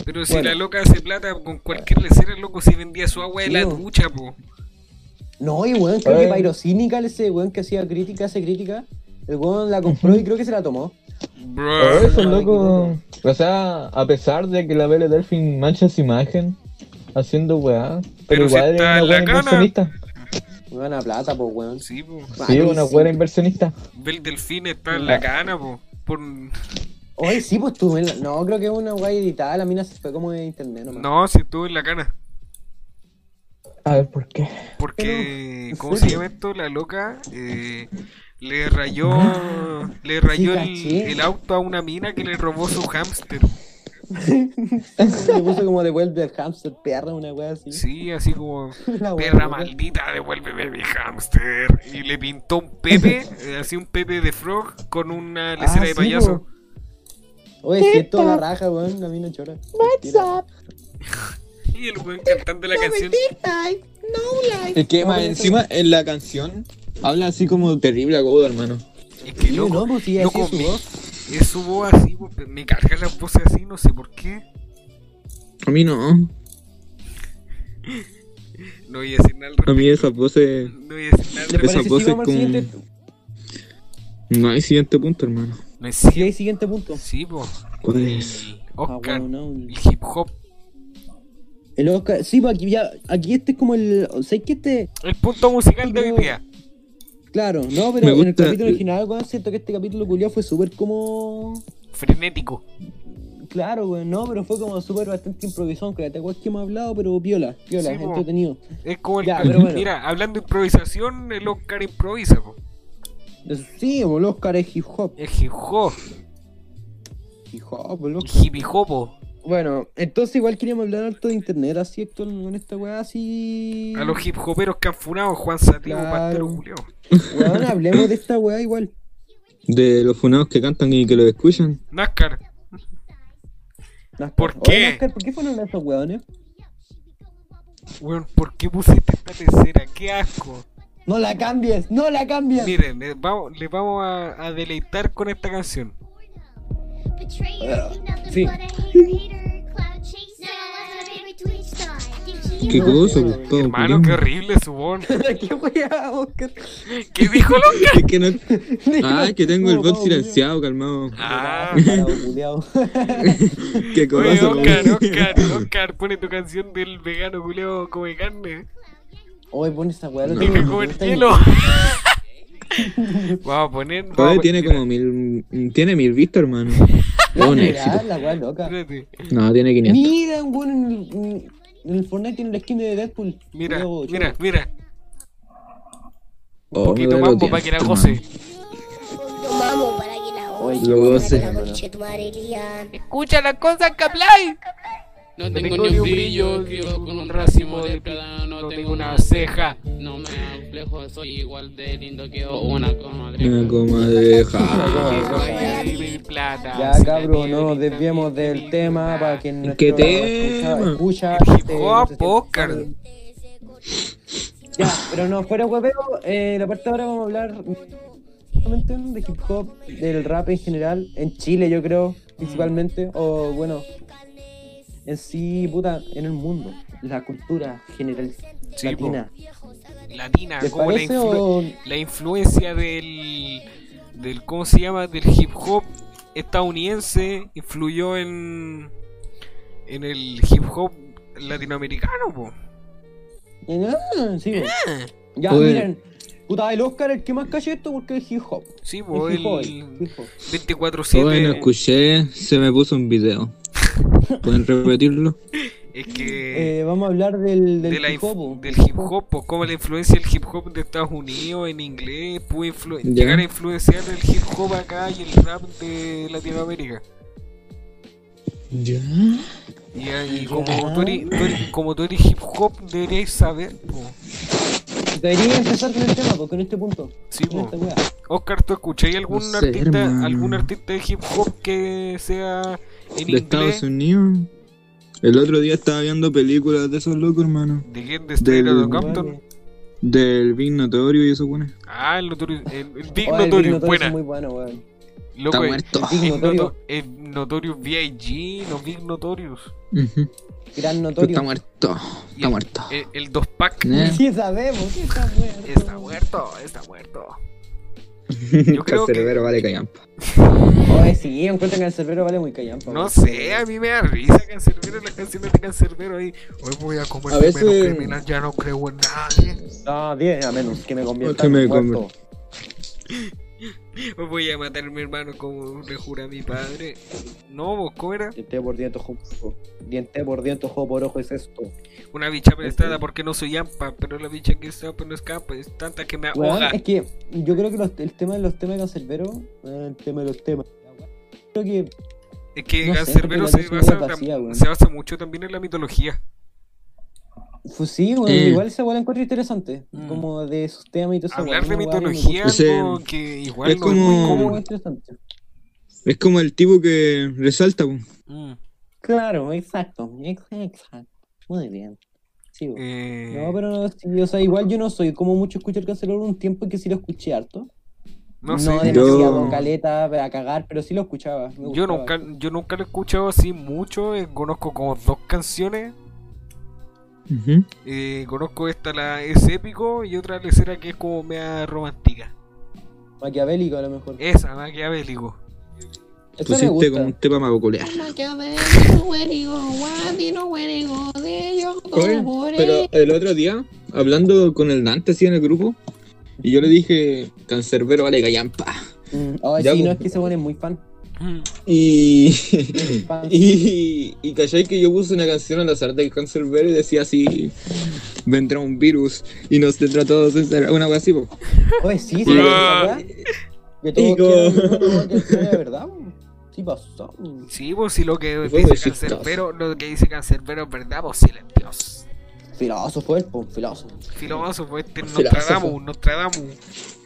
Pero si
Bueno.
la loca hace plata con cualquier lecera, loco, si vendía su agua de
Sí,
la
bo.
ducha, po.
No, y weón, creo
Ay.
que Pyrocinical, ese weón que hacía crítica, hace crítica, el weón la compró y creo que se la tomó.
Pero
Bro.
eso, loco. O sea, a pesar de que la Belle Delfin mancha su imagen haciendo weá, pero,
Pero si
igual
está
era una
en la
weá
cana.
inversionista.
Me gana plata, pues weón.
Sí, po.
Sí, una
Malísimo.
weá inversionista.
Bel Delfín está en la cana, po. Por... No,
Oye, sí, pues tú, me la- no, creo que es una weá editada, la mina se fue como de internet nomás.
si estuvo en la cana.
A ver, ¿por qué?
Porque,
Pero,
¿cómo
¿en
se
serio? Ah.
llama esto? La loca eh, le rayó, le rayó el,
caché.
el auto a una mina que le robó su hámster.
Se le puso como devuelve al hamster, perra, una weá así.
Sí, así como,
La weá,
perra
loca.
maldita, devuélveme mi hámster. Y le pintó un Pepe, eh, así un Pepe de Frog con una lecera de
Ah, sí,
payaso.
Oye, si esto la raja, weón, la mina chora. What's
Y el weón cantando la canción.
Es que más encima en la canción habla así como terrible agudo, hermano.
Es que loco,
no, pues sí, así
loco,
es su
me-
voz.
es su voz así, po, pe- me carga la voz así, no sé por qué.
A mí no.
No voy a decir nada al
A mí
respecto.
esas voces.
No voy a decir nada al respecto.
¿Le
Esas
parece si
voces
vamos al
como-
siguiente?
No hay siguiente punto, hermano.
No es
Sí,
cierto.
hay siguiente punto.
Sí, po.
¿Cuál
El
es?
Ah,
Oscar,
weón, no.
el hip hop.
El Oscar, sí, pues aquí ya, aquí este es como el, o sea, es que este,
El punto musical de hoy día.
claro, no, pero
Me
en el
gusta-
capítulo original, weón, siento que este capítulo culiado fue súper como,
Frenético.
claro, weón, no, pero fue como súper bastante improvisón, que te acuerdas que hemos hablado, pero piola, piola,
Sí,
es
po.
entretenido.
Es como el.
Ya, pero bueno.
Mira, hablando de improvisación, el Oscar improvisa, po.
Sí, pues, el Oscar es hip hop,
El hip hop.
hip hop, pues, el Oscar.
El hippie hopo.
Bueno, entonces igual queríamos hablar harto de internet, así, esto, con esta weá, así...
A los hip hoperos que han funado, Juan Sativo,
Claro.
Pantero Julio.
Weón, hablemos de esta weá igual.
De los funados que cantan y que lo escuchan.
NASCAR.
Nazca.
¿Por
Oye,
qué?
Nazca, ¿Por qué fueron esos weones?
Weón, ¿por qué pusiste esta tercera? ¡Qué asco!
No la cambies, no la cambies.
Miren, les vamos, les vamos a, a deleitar con esta canción.
Sí.
Qué cosa, pues, todo
Hermano, qué horrible su voz.
¿Qué weá, Oscar?
¿Qué dijo loca?
Es que no. Ah, es que tengo el bot silenciado, calmado.
Ah,
Parado, culiao.
Qué
oye,
cosa.
Oscar,
pues.
Oscar, Oscar, pone tu canción del vegano
Ah.
culeo come carne.
Oye, pon esa weá.
Tiene que comer hielo. Vamos a poner. vamos a
Oye,
poner-
tiene como mil. Tiene mil vistas, hermano. Es un éxito.
la weá loca.
Espérate.
No, tiene 500.
Mira, un weón en el, en el Fortnite tiene la skin de Deadpool.
Mira,
Luego,
mira, mira.
Oh,
Un poquito
me
más pues,
duele los
para que la
dientes,
goce.
Vamos para que la
Oye,
Lo goce.
otra noche tu Marelia.
Escucha las cosas que habláis.
No tengo ni un brillo, quiero con un racimo de plata, no tengo una ceja. No me complejo, soy igual de lindo que una comadre.
Una comadreja.
Ay, plata.
Ya, cabro, no nos desviemos del tema para que no
¿Qué tema?
escucha.
Hip
este,
hop,
se-
póker.
Ya, pero no, fuera hueveo, eh, la parte ahora vamos a hablar solamente de hip hop, del rap en general, en Chile yo creo, principalmente, o bueno, en sí, puta, en el mundo, la cultura general
Sí,
latina.
Latina,
¿Les
como la,
parece
influ-
o...?
la influencia del, del. ¿Cómo se llama? Del hip hop estadounidense influyó en. en el hip hop latinoamericano, po.
Ah, sí, po. Ya,
Oye.
miren, puta, el Oscar es el que más calle esto porque es hip hop.
Sí, po,
Es hip hop,
el
hip hop.
24-7.
Bueno, escuché, se me puso un video. ¿Pueden repetirlo?
Es que.
Eh, vamos a hablar del, del
de la
hip
inf-
hop. po.
del hip hop, pues como la influencia del hip hop de Estados Unidos en inglés pudo influ-
Ya.
llegar a influenciar el hip hop acá y el rap de Latinoamérica.
Ya.
Y, y como, tú eres, tú eres- como tú eres hip hop, deberíais saber. po.
Debería empezar con el tema, po, con este punto.
Sí,
con
po.
esta wea.
Oscar, ¿tú Oh, escucháis algún,
No sé,
artista,
hermano.
algún artista de hip hop que sea en
¿De
inglés?
Estados Unidos? El otro día estaba viendo películas de esos locos, hermano.
¿De quién? ¿De Straight Compton?
Vale.
Del Big Notorio y eso, bueno.
Ah, el, notorio, el, el Big
Oh, el
Notorious,
Big
buena.
Es muy bueno, weón.
Loco, eh, el-
El Big
el
Notorious,
noto- el Notorious B.I.G., los Big Notorious.
Ujú.
gran notorio.
muerto.
Y el- El, el dos pack.
¿Eh?
Sí sabemos, sí sabemos.
Está muerto, está muerto. Yo creo que-
Cancerbero, vale, callampa.
Oye, sí, encuentro que el cerbero vale muy callampa.
No
weón.
sé, a mí me da risa Cancerbero, las canciones de Cancerbero ahí. Hoy voy a comer
A veces-
primero criminal, ya no creo en nadie.
No, bien, a menos que me convierta
Que me
en muerto.
Hoy voy a matar a mi hermano como le jura mi padre. No, vos, ¿cómo era?
Diente por diente, ojo por ojo. Diente por diente, ojo por ojo es esto.
Una bicha
Este-
prestada porque no soy ampa, pero la bicha que está pues no escapa, es tanta que me
Weón,
ahoga.
es que yo creo que los- el tema de los temas de Cancerbero, eh, el tema de los temas. Creo que
Es que
no sé,
Cancerbero
porque la
se
canción es
basa, tam-
vacía, weón.
se basa mucho también en la mitología.
pues sí, weón,
Eh.
igual se la encuentro interesante.
Mm.
Como de sus temas y todo eso.
Hablar
weón,
de
una weá que me
mitología,
gusta.
algo
Sí.
que igual
Es
no es muy
gusta,
como-
weón,
común.
interesante.
Es como el tipo que resalta, po.
Mm.
Claro, exacto, ex- exacto. Muy bien. Sí, weón.
Eh,
No, pero no, sí, o sea, igual yo no soy como mucho escuchar Cancerbero un tiempo que sí lo escuché harto.
no,
No,
sé,
demasiado caleta para cagar, pero sí lo escuchaba. me
Yo
gustaba.
nunca, yo nunca lo he escuchado así mucho, eh, conozco como dos canciones.
Ujú.
eh, conozco esta, la es épico, y otra lecera que es como mea romántica.
Maquiavélico a lo mejor.
Esa, maquiavélico.
Eso me
Pusiste
gusta.
como un tema para coculear. Oye, pero el otro día, hablando con el Dante así en el grupo, y yo le dije, cancerbero vale gallampa.
Mm, oh,
Ya,
sí, no
pues.
es que se pone muy fan.
Mm. Y,
Fan.
y, y cachai que yo puse una canción al azar del cancerbero y decía así, vendrá un virus y nos tendrá a todos encerrados", una cosa así. po.
Oye, sí, sí,
Bro.
¿verdad? Que todos
Digo.
quieran el número uno, que sea de verdad. weón. Sí pasó.
Sí, pues si lo que
Fue
dice
muy chistoso.
Cancerbero, lo que dice Cancerbero es verdad, pues sí, el Dios.
Filósofo, el po, filósofo.
Filósofo, este
Pues,
Filósofo.
Nostradamus, Nostradamus.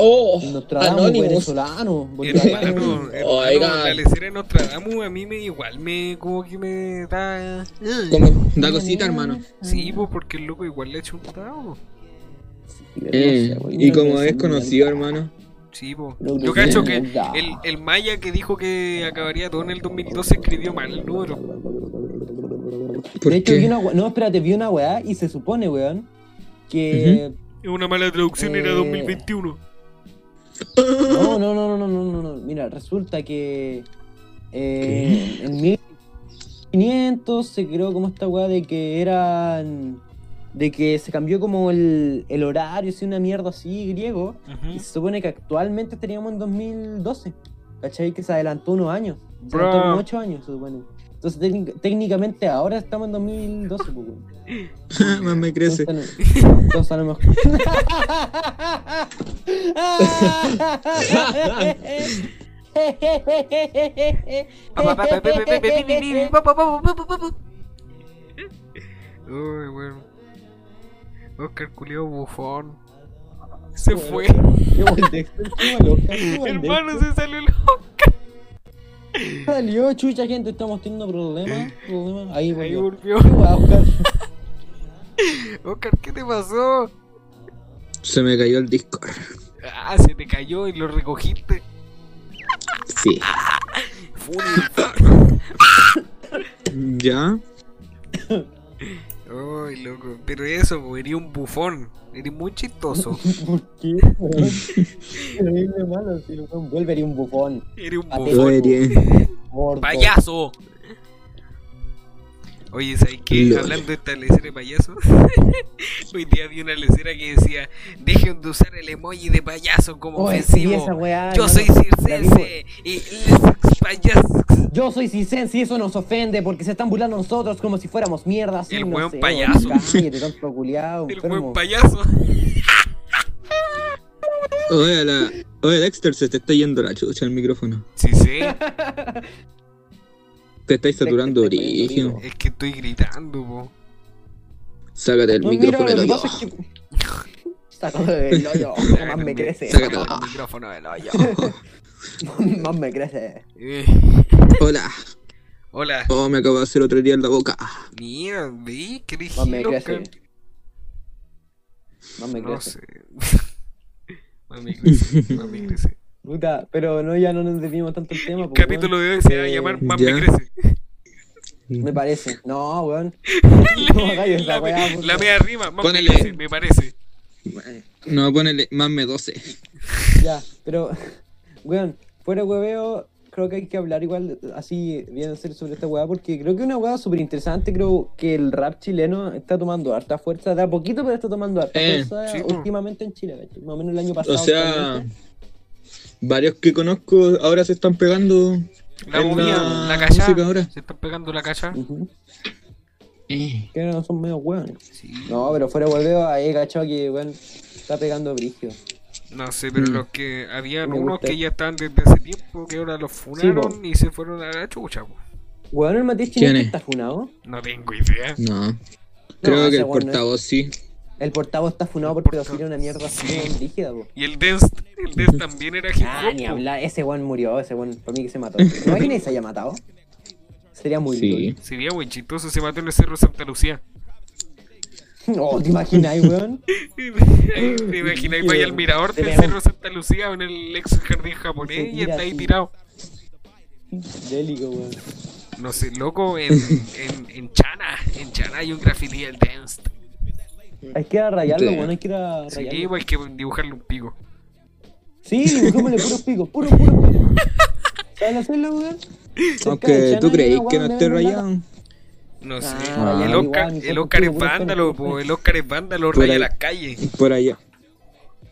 ¡Oh!
Nostradamus venezolano. boliviano.
Hermano,
Oiga.
hermano, la lecera de Nostradamus a mí me igual me como que me da.
Como, da cosita, hermano.
Sí, pues porque el loco igual le ha chuntado.
Eh, y como es conocido, hermano.
Sí, po.
Lo que
Yo cacho que
tiene la-
el, el maya que dijo que acabaría todo en el 2012 escribió mal el número.
¿Por
De hecho,
qué?
vi una weá- No, espérate, vi una weá y se supone, weón, que.
Es Una mala traducción
Eh.
era 2021.
No, no, no, no, no, no, no, no. Mira, resulta que eh, en 1500 se creó como esta weá de que eran de que se cambió como el, el horario, así una mierda así, griego. Y se supone que actualmente estaríamos en 2012. ¿Cachai? Que se adelantó unos años. Se
Bro.
adelantó unos 8 años, se supone. Entonces, técnic- técnicamente ahora estamos en 2012, pues, weón.
Más me crece.
Entonces, a lo- entonces, a lo mejor.
Uy, bueno. Oscar culiao bufón. Se fue.
Qué buen Dexter, qué mal Oscar, qué buen
Hermano, se salió el
Salió, chucha, gente, estamos teniendo problemas. problemas. Ahí,
Eh. Ahí
volvió.
volvió.
Guau, Oscar.
Oscar, ¿qué te pasó?
Se me cayó el disco.
Ah, se te cayó y lo recogiste.
Sí. ¿Ya?
Ay, loco. Pero eso, po, eres un bufón. Eres muy chistoso.
¿Por qué? Terrible malo, si lo weón vuelve haría un bufón.
Eres un
Patético.
bufón.
Gordo.
¡Payaso! Oye, ¿sabes qué?
Lol.
Hablando de esta lecera de payaso, hoy día vi una lecera que decía: Dejen de usar el emoji de payaso como
Oh, sí, esa
ofensivo.
weá,
Yo
hermano.
soy
La vi-
circense y les payaso.
Yo soy Cisense y eso nos ofende porque se están burlando de nosotros como si fuéramos mierdas.
El
no
weón
sé,
payaso.
Cállate, tonto culiao,
El
enfermo.
buen payaso.
Oye, la... Oye, Dexter, se te está yendo la chucha el micrófono.
Sí, sí,
Te estáis
Dexter,
saturando
te está yendo
origen.
vivo.
es que estoy gritando, po.
Sácate el
No, mira,
micrófono
lo
del
que
hoyo.
pasa es que. Saco del hoyo, más me crece.
Sácatelo.
El micrófono del hoyo.
Más me crece.
Eh,
Hola.
Hola.
Oh, me acabo de hacer otro día en la boca.
Mira, vi, ¿qué dije?
Más me
loca?
crece. Más me
No
crece.
sé. Mami crece, mami crece.
Puta, pero no, ya no nos desviamos tanto el tema.
El
pues,
capítulo
weón.
de hoy se va a llamar Más
Ya.
me crece.
Me parece. No, weón. No hagáis esa
La,
weá, puta.
la media rima, más me
Ponele.
crece, me parece.
No, ponele más me 12.
Ya, pero, weón, fuera hueveo, creo que hay que hablar igual, así, bien hacer sobre esta weá, porque creo que es una weá súper interesante, creo que el rap chileno está tomando harta fuerza, da poquito, pero está tomando harta
Eh,
fuerza
sí, po.
últimamente en Chile, ¿cachai? más o menos el año pasado.
O sea,
este.
actualmente.
varios que conozco ahora se están pegando.
La
en
movida, la, calla.
música ahora.
Se están pegando la calla.
Ujú.
Eh,
Que no son medio weones.
Sí.
No, pero fuera hueveo, ahí cachado que, weón, está pegando brigio.
No sé, pero los que habían
Me
unos
gusta.
que ya estaban desde hace tiempo, que ahora los funaron
po.
y se fueron a la chucha, po.
Weón, el Matías
¿Quién
Chile
es?
está funado.
No tengo idea.
No. Creo
ese
que el
weón no es.
portavoz sí.
El portavoz está funado por
portavoz,
pedofilia, una mierda así, weón, brígida, po.
Y el dance, el dance también era hip
Ah, ni
hop. po.
hablar. Ese one murió, ese one, por mí que se mató. ¿Te imaginas que se haya matado? Sería muy
Sí.
Sería buen chistoso, se mató en el cerro de Santa Lucía.
duro. Oh, ¿te imaginas, weón?
¿Te imaginas? Vaya al mirador
Se
del
le-
cerro de Santa Lucía en el ex jardín japonés y
tira
está ahí
así.
tirado.
Délico, weón.
No sé, loco, en, en, en Chana, en Chana hay un graffiti del dance.
Hay que ir a rayarlo,
Sí.
weón, hay que ir a
Sí,
rayarlo.
pues hay que dibujarle un pico.
Sí, dibujémosle puros picos, puros, puros picos. ¿Saben hacerlo, weón? Cerca de
Aunque
Chana
tú
hay
creéis
una
que no
weá
esté
donde venden lata.
rayado.
No sé.
Ah,
el
ya,
Oscar,
igual, ni
el
tanto
Oscar
pico,
es
puros
vándalo,
pelos.
po, el Oscar es vándalo,
Por
raya
ahí.
las calles.
Por allá.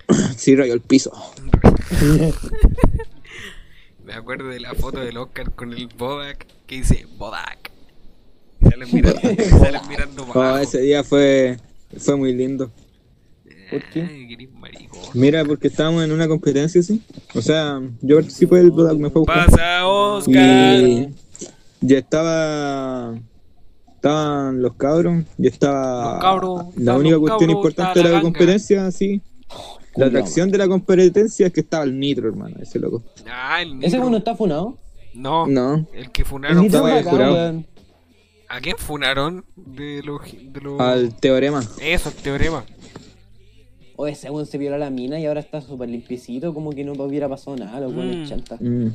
Sí, rayó el piso.
Me acuerdo de la foto del Oscar con el Bodak que dice Bodak. Y salen mirando, salen mirando para
Oh,
abajo.
ese día fue, fue muy lindo.
¿Por qué?
Ay, querés maricón.
Mira, porque estábamos en una competencia, sí. O sea, yo participé del Bodak, me fue a buscar.
Pasa Oscar.
Y ya estaba. Estaban los cabros. Ya estaba.
Los cabros,
La
estaban
única
los
cuestión
cabros,
importante
estaba
de
la ganga.
la competencia, sí.
Oh,
La atracción de la competencia es que estaba el nitro, hermano, ese loco.
Ah, el
Ese
Nitro.
weón no está funado.
No,
No.
el que
El
funaron.
nitro
estaba
es
el
bacán,
jurado.
weón.
¿A quién funaron? De los. De los...
Al teorema.
Eso, el teorema.
O Oh, ese weón se violó a la mina y ahora está súper limpiecito, como que no hubiera pasado nada, los
Mm.
weones chanta.
Mm.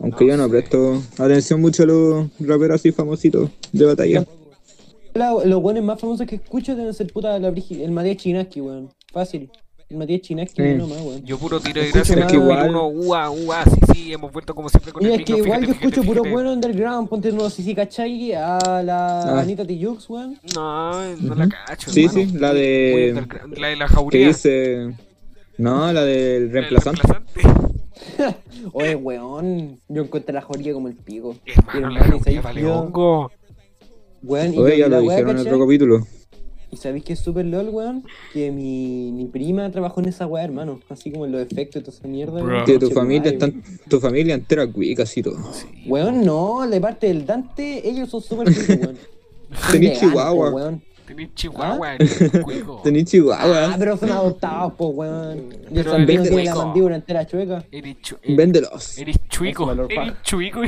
Aunque yo no presto atención mucho a los raperos así famositos de batalla.
La- los buenos más famosos que escucho deben ser puta la Brigi- el Matías Chinaski, weón. Fácil. Matías Chinaski
Sí.
nomás, weón.
Yo puro tiro de
Escucho
gracia.
nada.
que uno, uh, ua, ua, ah, sí, sí, hemos vuelto como siempre con
Oye,
el
es que
niño,
igual
fíjate,
yo escucho
fíjate,
puro
fíjate.
bueno underground, ponte no sé si cachai a la
Ah.
Anita Tijoux, weón.
No, no la cacho.
Sí,
hermano.
sí, la
Muy
de.
underground. La de la
Que
jauría.
dice. No,
La
la del
del
reemplazante.
reemplazante.
Oye, weón, yo encontré la joría como el pico.
Hermano, la
Hermano,
jauría
¿sabes
vale
qué?
hongo.
Weón, y
Oye,
yo-
ya
la
lo
weá,
dijeron en
¿cachai?
otro capítulo.
¿Y sabéis que es súper lol, weón? Que mi, mi prima trabajó en esa weá, hermano. Así como en los efectos y toda esa mierda.
Bro.
weón.
Que tu
Conche tu
familia
madre,
está, tu familia entera cuica y todo.
Weón, no, de parte del Dante, ellos son súper ricos, weón. Son
Tenés
veganos,
chihuahua.
po, weón.
Tenés chihuahua en el cuico.
Tenés
Ah,
Chihuahua.
pero son adoptados, po, weón. Y el
Pero
Santino
vende
tiene la
rico.
mandíbula entera chueca.
Eres chu- eh,
Véndelos.
Eres chuico.
Es valor
Eres
paja.
chuico.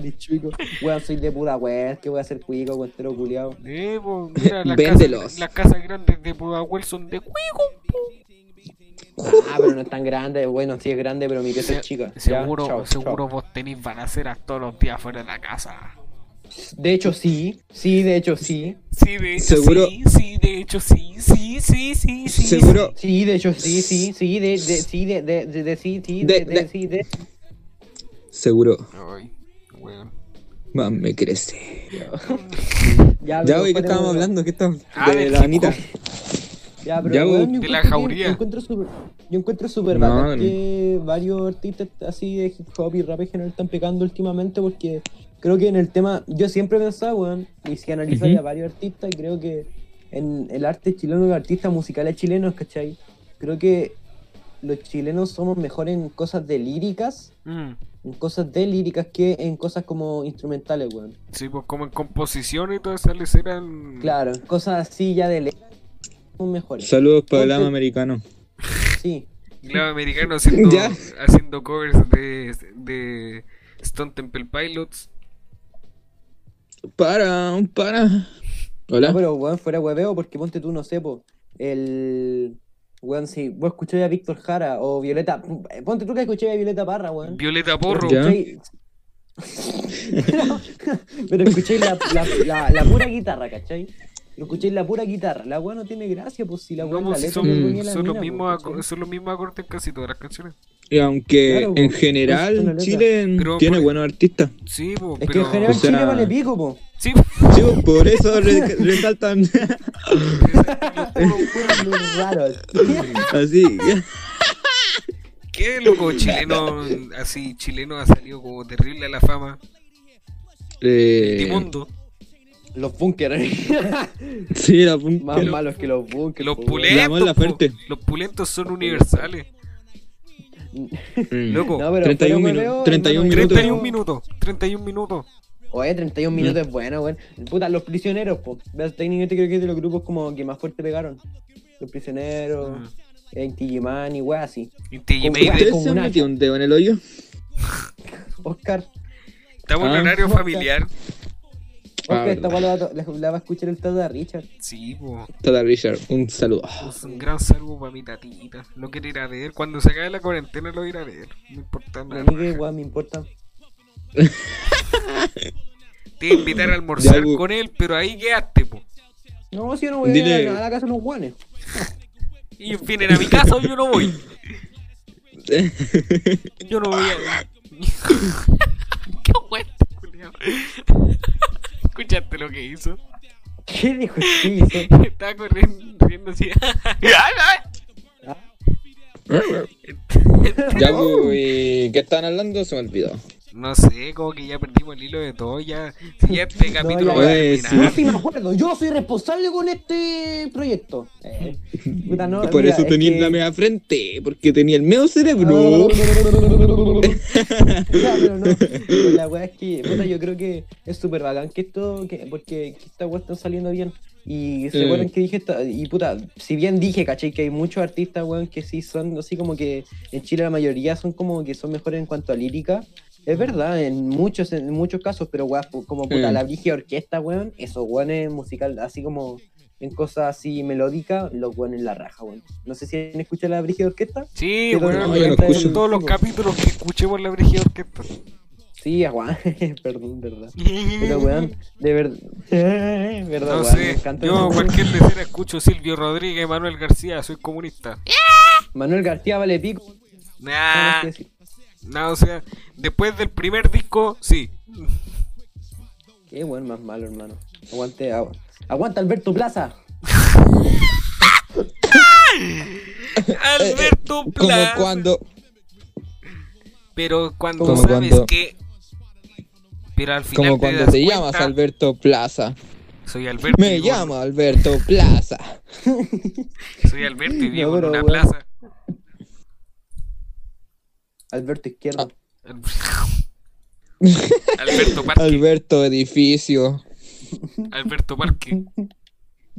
Ni chueco. Weón, soy de pura weón, que voy a ser cuico, weón, entero culiao.
Eh, po, mira, las
Véndelos.
casas- Las casas grandes de Pudahuel son de cuico.
Ah, pero no es tan grande, bueno, sí es grande, pero mi pieza es chica. Ya,
Seguro,
chao,
seguro vos tenés balaceras todos los días fuera de la casa.
chao. De hecho, sí, sí, de hecho, sí.
Sí, de hecho,
Seguro-
sí, sí, de hecho, sí, sí, sí, sí, sí.
Seguro,
Sí, de hecho, sí, sí, sí, de, de, sí, de, de, de, de- sí, sí, de,
De-
de,
de-
sí, de.
seguro.
Ay, weón.
Más me crece. Ya,
pero
oye, ¿qué
ponemos-
estábamos hablando? ¿Qué estamos?
Ah,
De
del
la
hip
Anita.
Ya, pero
Ya,
weón,
weón,
yo
de la
encuentro que-
jauría.
Yo encuentro súper yo encuentro súper
No,
bacán
no.
que varios artistas así de hip hop y rap en general están pegando últimamente porque creo que en el tema, yo siempre pensaba, weón, y si analizas
Ujú.
a varios artistas, creo que en el arte chileno, los artistas musicales chilenos, ¿cachai? Creo que los chilenos somos mejor en cosas de líricas,
Mm.
en cosas de líricas que en cosas como instrumentales, weón.
Sí, pues como en composición y todas esas les eran.
Claro, en cosas así ya de letras somos mejores.
Saludos para el
Ponte-
ama americano.
Sí.
Claro, americano haciendo,
Ya.
haciendo covers de, de Stone Temple Pilots.
Para, para.
No,
Hola.
pero weón, fuera hueveo, porque ponte tú, no sé, po, el. Weón, si vos escucháis a Víctor Jara o Violeta. Ponte tú que escucháis a Violeta Parra, weón.
Violeta Porro.
Ya.
Escucháis- pero escucháis la, la, la, la pura guitarra, ¿cachai? Pero escucháis la pura guitarra. La weón no tiene gracia, pues si la weón
Vamos,
la
si
letra
son,
le
Mm.
ponía la
son los
mina, pues,
mismos
po,
aco- son los mismos acordes en casi todas las canciones.
Y aunque
Claro,
en
pues, es una
general
letra.
Chile
Pero
tiene
por-
buenos artistas.
Sí, pues,
¿cachai? Es que
pero.
en general
O sea-
Chile vale pico, po.
Sí, pues,
Sí, pues, por eso re- resaltan
Puros muy raros.
así.
qué loco chileno. Así, chileno ha salido como terrible a la fama.
Eh,
Timundo.
Los bunkers.
sí, la pun-
Más malos que los bunkers.
Los
po,
La
pulentos.
Mola
po.
Fuerte.
Los pulentos son universales.
Mm.
Loco.
weón. No, pero
31
fuera
minu-
hueveo,
31
hermano, yo
31
creo-
minutos. 31 minutos.
Oye, 31
Mm.
minutos es bueno, weón. Puta, los prisioneros, po. Veas, técnicamente creo que es de los grupos como que más fuerte pegaron. Los
Mm.
Ah.
prisioneros, eh, Inti Gimani, weón, así.
Inti
Con-
Jiménez.
Ustedes
¿Usted
como
se
un
metió un dedo en el hoyo?
Oscar,
Estamos en
Ah.
horario familiar.
Oscar,
Ah,
esta weá la, va- la- la va a escuchar el Tata Richard.
Sí, pues.
Tata Richard, un saludo.
Pues, un gran saludo para mi tatita. Lo quiero ir a ver. Cuando se acabe la cuarentena lo iré a ver. No importa
A
nada.
Ah.
mí que weón me importa.
Te iba a invitar a almorzar
Ya, bu-
con él, pero ahí quedaste, po.
No, si yo no voy a ir
Dile-
a, a la casa de los guanes.
Y vienen a mi casa, yo no voy. Yo no voy a.
¡Qué bueno!
culiao. ¿Escuchaste lo que hizo?
¿Qué dijo el hizo?
Estaba corriendo, riendo así.
ya, pues, ¿y ¿qué estaban hablando? Se me olvidó.
No sé, como que ya perdimos el hilo de todo. Ya, si ya este capítulo
ya,
va a
ya. Eh,
terminar.
No, sí me acuerdo. Yo soy responsable con este proyecto. Eh, puta, no,
Por
mira,
eso
es
tenía
que- Ah,
la media frente, porque tenía el medio cerebro.
Ya, pero no. pero La weá es que, puta, yo creo que es súper bacán que esto, que, porque que esta weá está saliendo bien. Y se
Eh.
acuerdan que dije esta, y puta, si bien dije, caché, que hay muchos artistas, weón, que sí son, así como que en Chile la mayoría son como que son mejores en cuanto a lírica. Es verdad, en muchos, en muchos casos, pero weá, pu- como puta,
Eh.
la brigia orquesta, weón, esos weones musical, así como en cosas así melódicas, los weones la raja, weón. No sé si han escuchado la brigia orquesta.
Sí,
Pero
bueno,
no, yo lo
en
escucho.
todos los capítulos que escuchemos la Brigida Orquesta.
Sí, aguante, perdón, verdad. Pero weón, de verdad.
Mm.
verdad,
No
weón, me
sé,
encanta
yo
esa-
cualquier lecera escucho Silvio Rodríguez, Manuel García, soy comunista.
Manuel García vale pico.
Nah,
Ah,
no sé si-
nah, o sea, después del primer disco, sí.
Qué weón más malo, hermano. Aguante, agu- aguanta Alberto Plaza.
Alberto
Eh, Como
Plaza.
cuando.
Pero cuando
Como
sabes
cuando-
que. Pero al final.
Como
te
cuando
das
te
cuenta,
llamas Alberto Plaza.
Soy Alberto. y
Me
vivo en-
llamo Alberto Plaza.
Soy Alberto y vivo
No,
en
pero
una
bueno.
plaza.
Alberto Izquierdo.
Ah. Alberto Parque.
Alberto Edificio.
Alberto Parque.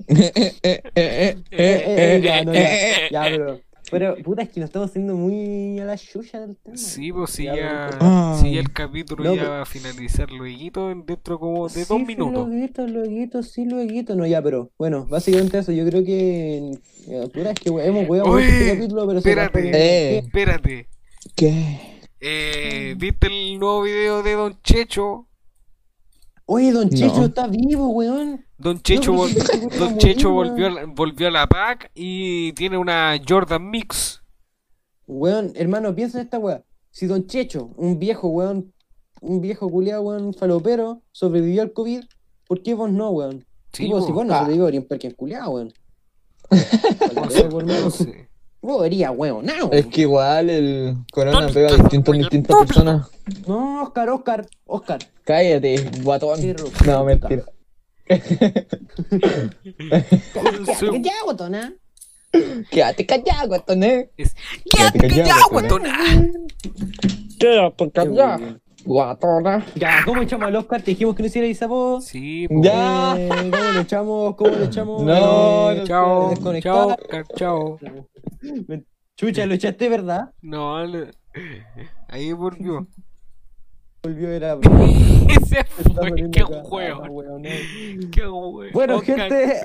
Eh, eh, eh, eh,
Eh, eh, eh, ya, no,
eh,
ya, ya, bro. Pero puta, es que nos estamos haciendo muy a la chucha del tema.
Sí, pues si
Ya,
ya,
bueno.
si ya el capítulo
No,
ya
pero-
va a finalizar luego dentro como de
Sí,
dos
sí,
minutos.
Lueguito, lueguito, sí, lueguito. No, ya, pero bueno, básicamente eso. Yo creo que. eh, puta, es que we- hemos weado mucho
Oye,
este capítulo, pero se
espérate.
pasó bien.
eh. Eh,
Espérate.
¿Qué?
Eh, ¿Viste el nuevo video de Don Checho?
Oye, Don
No.
Checho está vivo, weón.
Don Checho,
No,
vol-
pero si te
Don
voy a
Checho
morir,
volvió, a la, volvió a la PAC y tiene una Jordan Mix.
Weón, hermano, piensa en esta weá. Si Don Checho, un viejo, weón, un viejo culiado, weón, falopero, sobrevivió al COVID, ¿por qué vos no, weón?
Sí,
Tipo,
po.
si vos no
Ah.
sobrevivió ni un perkin culiado, weón. Falopero, por
No
menos.
sé.
Vos erías, weón, no.
Es que igual el corona pega distinto en distintas personas.
No, Oscar, Oscar, Oscar.
Cállate, guatón.
Perro.
No, mentira.
Sí.
¿Qué te hago, Tona?
Quédate callado, guatón, eh.
Es-
Quédate callado, guatón. Quédate callado, guatona.
Ya, ¿cómo echamos al Oscar? Te dijimos que no hiciera esa voz.
Sí, po.
Ya.
Eh, ¿Cómo lo echamos? ¿Cómo lo echamos?
No,
Eh,
no
Chao,
desconectar.
chao, ca- chao.
Chucha, lo echaste, ¿verdad?
No, le- ahí volvió.
Volvió, era.
Ese
Está
fue,
poniendo
qué
cara,
huevo,
weón, no.
qué huevo.
Bueno,
Oscar,
gente,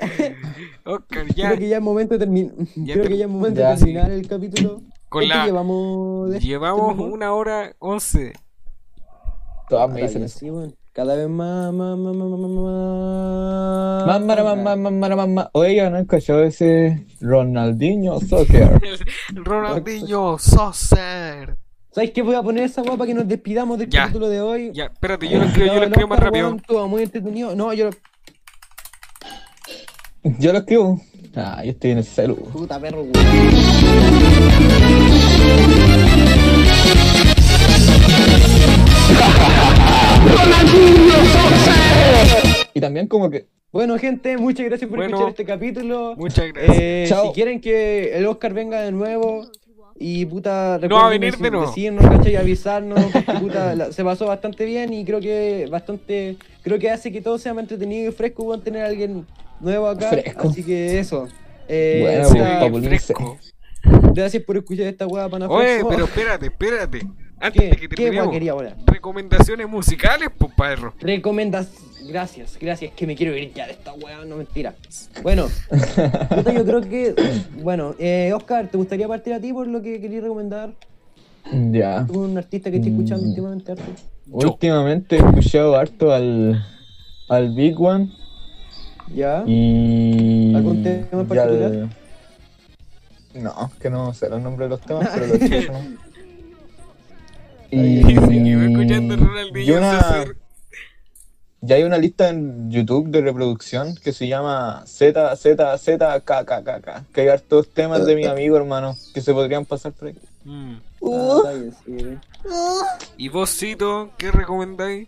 Oscar,
creo
ya,
que ya es momento de, terminar
Ya
creo
te-
que ya es momento
ya,
de terminar el capítulo.
con
¿Cuánto
la...
llevamos de- este
Llevamos
¿Terminamos?
una hora once.
Todas me
Ahora
dicen
ya,
eso.
sí, weón. Cada vez más, más, más, más, más, más.
Mamara, mamá, mamá, mamá. Oiga, no escuchó ese Ronaldinho Soccer.
Ronaldinho Soser.
¿Sabes qué? Voy a poner esa guapa que nos despidamos del
Ya.
capítulo de hoy.
Ya, espérate, yo lo escribo, yo lo escribo más
Oscar,
rápido.
weón, estuvo muy entretenido. No, yo lo.
Yo lo escribo. Ah, yo estoy en el celu.
Puta perro, weón.
Y también como que.
Bueno, gente, muchas gracias por
Bueno,
escuchar este capítulo.
Muchas gracias.
Eh,
Chao.
si quieren que el Oscar venga de nuevo y puta,
No va a venir
recuerden
de nuevo.
decirnos, ¿cachai? Y avisarnos, porque, puta, la- se pasó bastante bien y creo que bastante, creo que hace que todo sea más entretenido y fresco, weón, tener a alguien nuevo acá,
Fresco.
así que eso. Eh,
Bueno,
puta,
weón, Pablo. volverse.
fresco.
gracias por escuchar esta weá pana
Oye,
fresco.
pero espérate, espérate. Antes de
¿Qué,
que
qué
terminemos,
porquería, ahora?
recomendaciones musicales, pues, perro.
Recomendas. Gracias, gracias, que me quiero ir ya de esta weá, no mentira. Bueno, puta, yo creo que. Bueno, eh, Oscar, ¿te gustaría partir a ti por lo que quería recomendar?
Ya.
Un artista que esté escuchando
Mm.
últimamente harto.
Últimamente he escuchado harto al. al Big One.
¿Ya?
Y.
¿Algún tema en
y al-
particular?
No, que no sé los nombres de los temas, pero los escucho. ¿no?
Y seguimos escuchando Ronaldinho
y una...
Soser.
Ya hay una lista en YouTube de reproducción que se llama ZZZKKKK, que hay hartos temas de mi amigo, hermano, que se podrían pasar por ahí.
Mm.
Ah, está bien, sí, eh.
¿Y vos, Cito, qué recomendáis?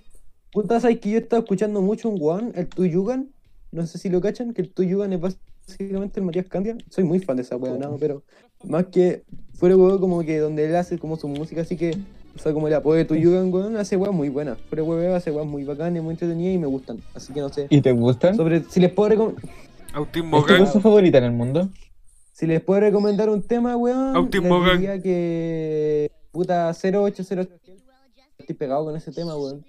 Puta, sabes que yo he estado escuchando mucho un weón, el Tuyugan. No sé si lo cachan, que el Tuyugan es básicamente el Matías Candia. Soy muy fan de esa weá, no, pero más que fuera huevo como que donde él hace como su música, así que, o sea, como el apodo de Tuyugan, weón, hace weá muy buena. Fuera huevo hace weá muy bacanas, muy entretenidas y me gustan. Así que no sé.
¿Y te gustan?
Sobre si les puedo recomendar.
Autismo
¿Es tu
Gang.
cosa favorita en el mundo?
Si les puedo recomendar un tema, weón,
Autismo
les
Gang.
diría que puta 0808. Estoy pegado con ese tema, weón.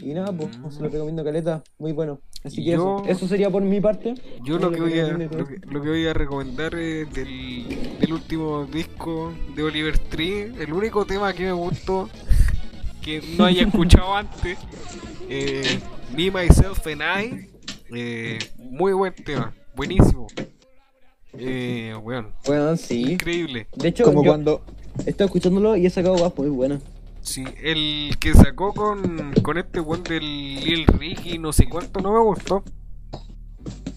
Y nada, pues, se lo recomiendo caleta, muy bueno. Así que
Mm. Yo-
eso, eso sería por mi parte.
Yo lo que voy a,
recomiendo
lo que, lo que voy a recomendar es del, del último disco de Oliver Tree. El único tema que me gustó, que no haya escuchado antes. Eh, Me, Myself and I. eh, muy buen tema. Buenísimo. Eh, weón,
Bueno, sí.
increíble.
De hecho,
Como
yo
cuando.
estoy escuchándolo y he sacado guapo muy buena.
Sí, el que sacó con, con este weón del Lil Ricky, no sé cuánto, no me gustó.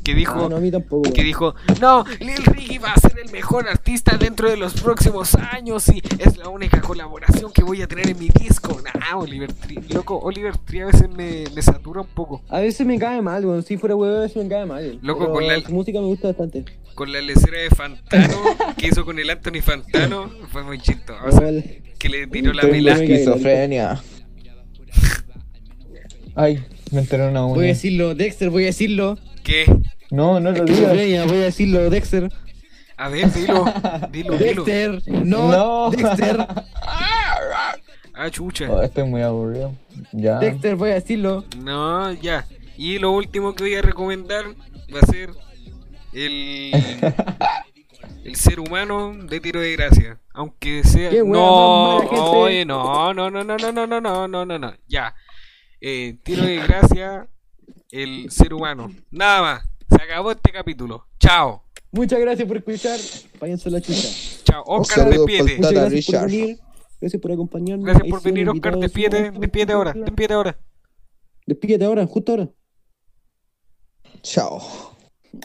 Que dijo,
Ah, no, a mí tampoco.
que dijo, no, Lil Ricky va a ser el mejor artista dentro de los próximos años y es la única colaboración que voy a tener en mi disco. Nah, Oliver Tree, loco, Oliver Tree a veces me, me satura un poco.
A veces me cae mal, weón. Si fuera huevo, a veces me cae mal.
Loco,
Pero
con la-
Su música me gusta bastante.
Con la lecera de Fantano que hizo con el Anthony Fantano, fue muy chistoso.
Igual,
Que le tiró la
Tengo
pila.
que-
Esquizofrenia. Ay, me enteré una
Voy a
uña.
decirlo, Dexter, voy a decirlo.
¿Qué?
No, no lo digas.
Esquizofrenia, voy a decirlo, Dexter.
A ver, dilo, dilo, dilo.
Dexter, no.
No.
Dexter,
Ah, chucha.
Oh, estoy muy aburrido. Ya.
Dexter, voy a decirlo.
No, ya. Y lo último que voy a recomendar va a ser el, el ser humano de tiro de gracia. Aunque sea.
Qué wea
no,
más mala, gente.
oye, no, no, no, no, no, no, no, no, no, no, no. Ya. Eh, tiro de gracia, el ser humano. Nada más. Se acabó este capítulo. Chao.
Muchas gracias por escuchar. Váyanse a la chucha.
Chao. Oscar,
saludo
despídete.
pa'l-
Muchas
Tata
gracias por
Richard.
venir. Gracias por acompañarnos.
Gracias
Ahí
por
sí,
venir,
el
Oscar.
invitado
Despídete,
siempre.
despídete ahora, despídete ahora.
Despídete ahora, justo ahora.
Chao.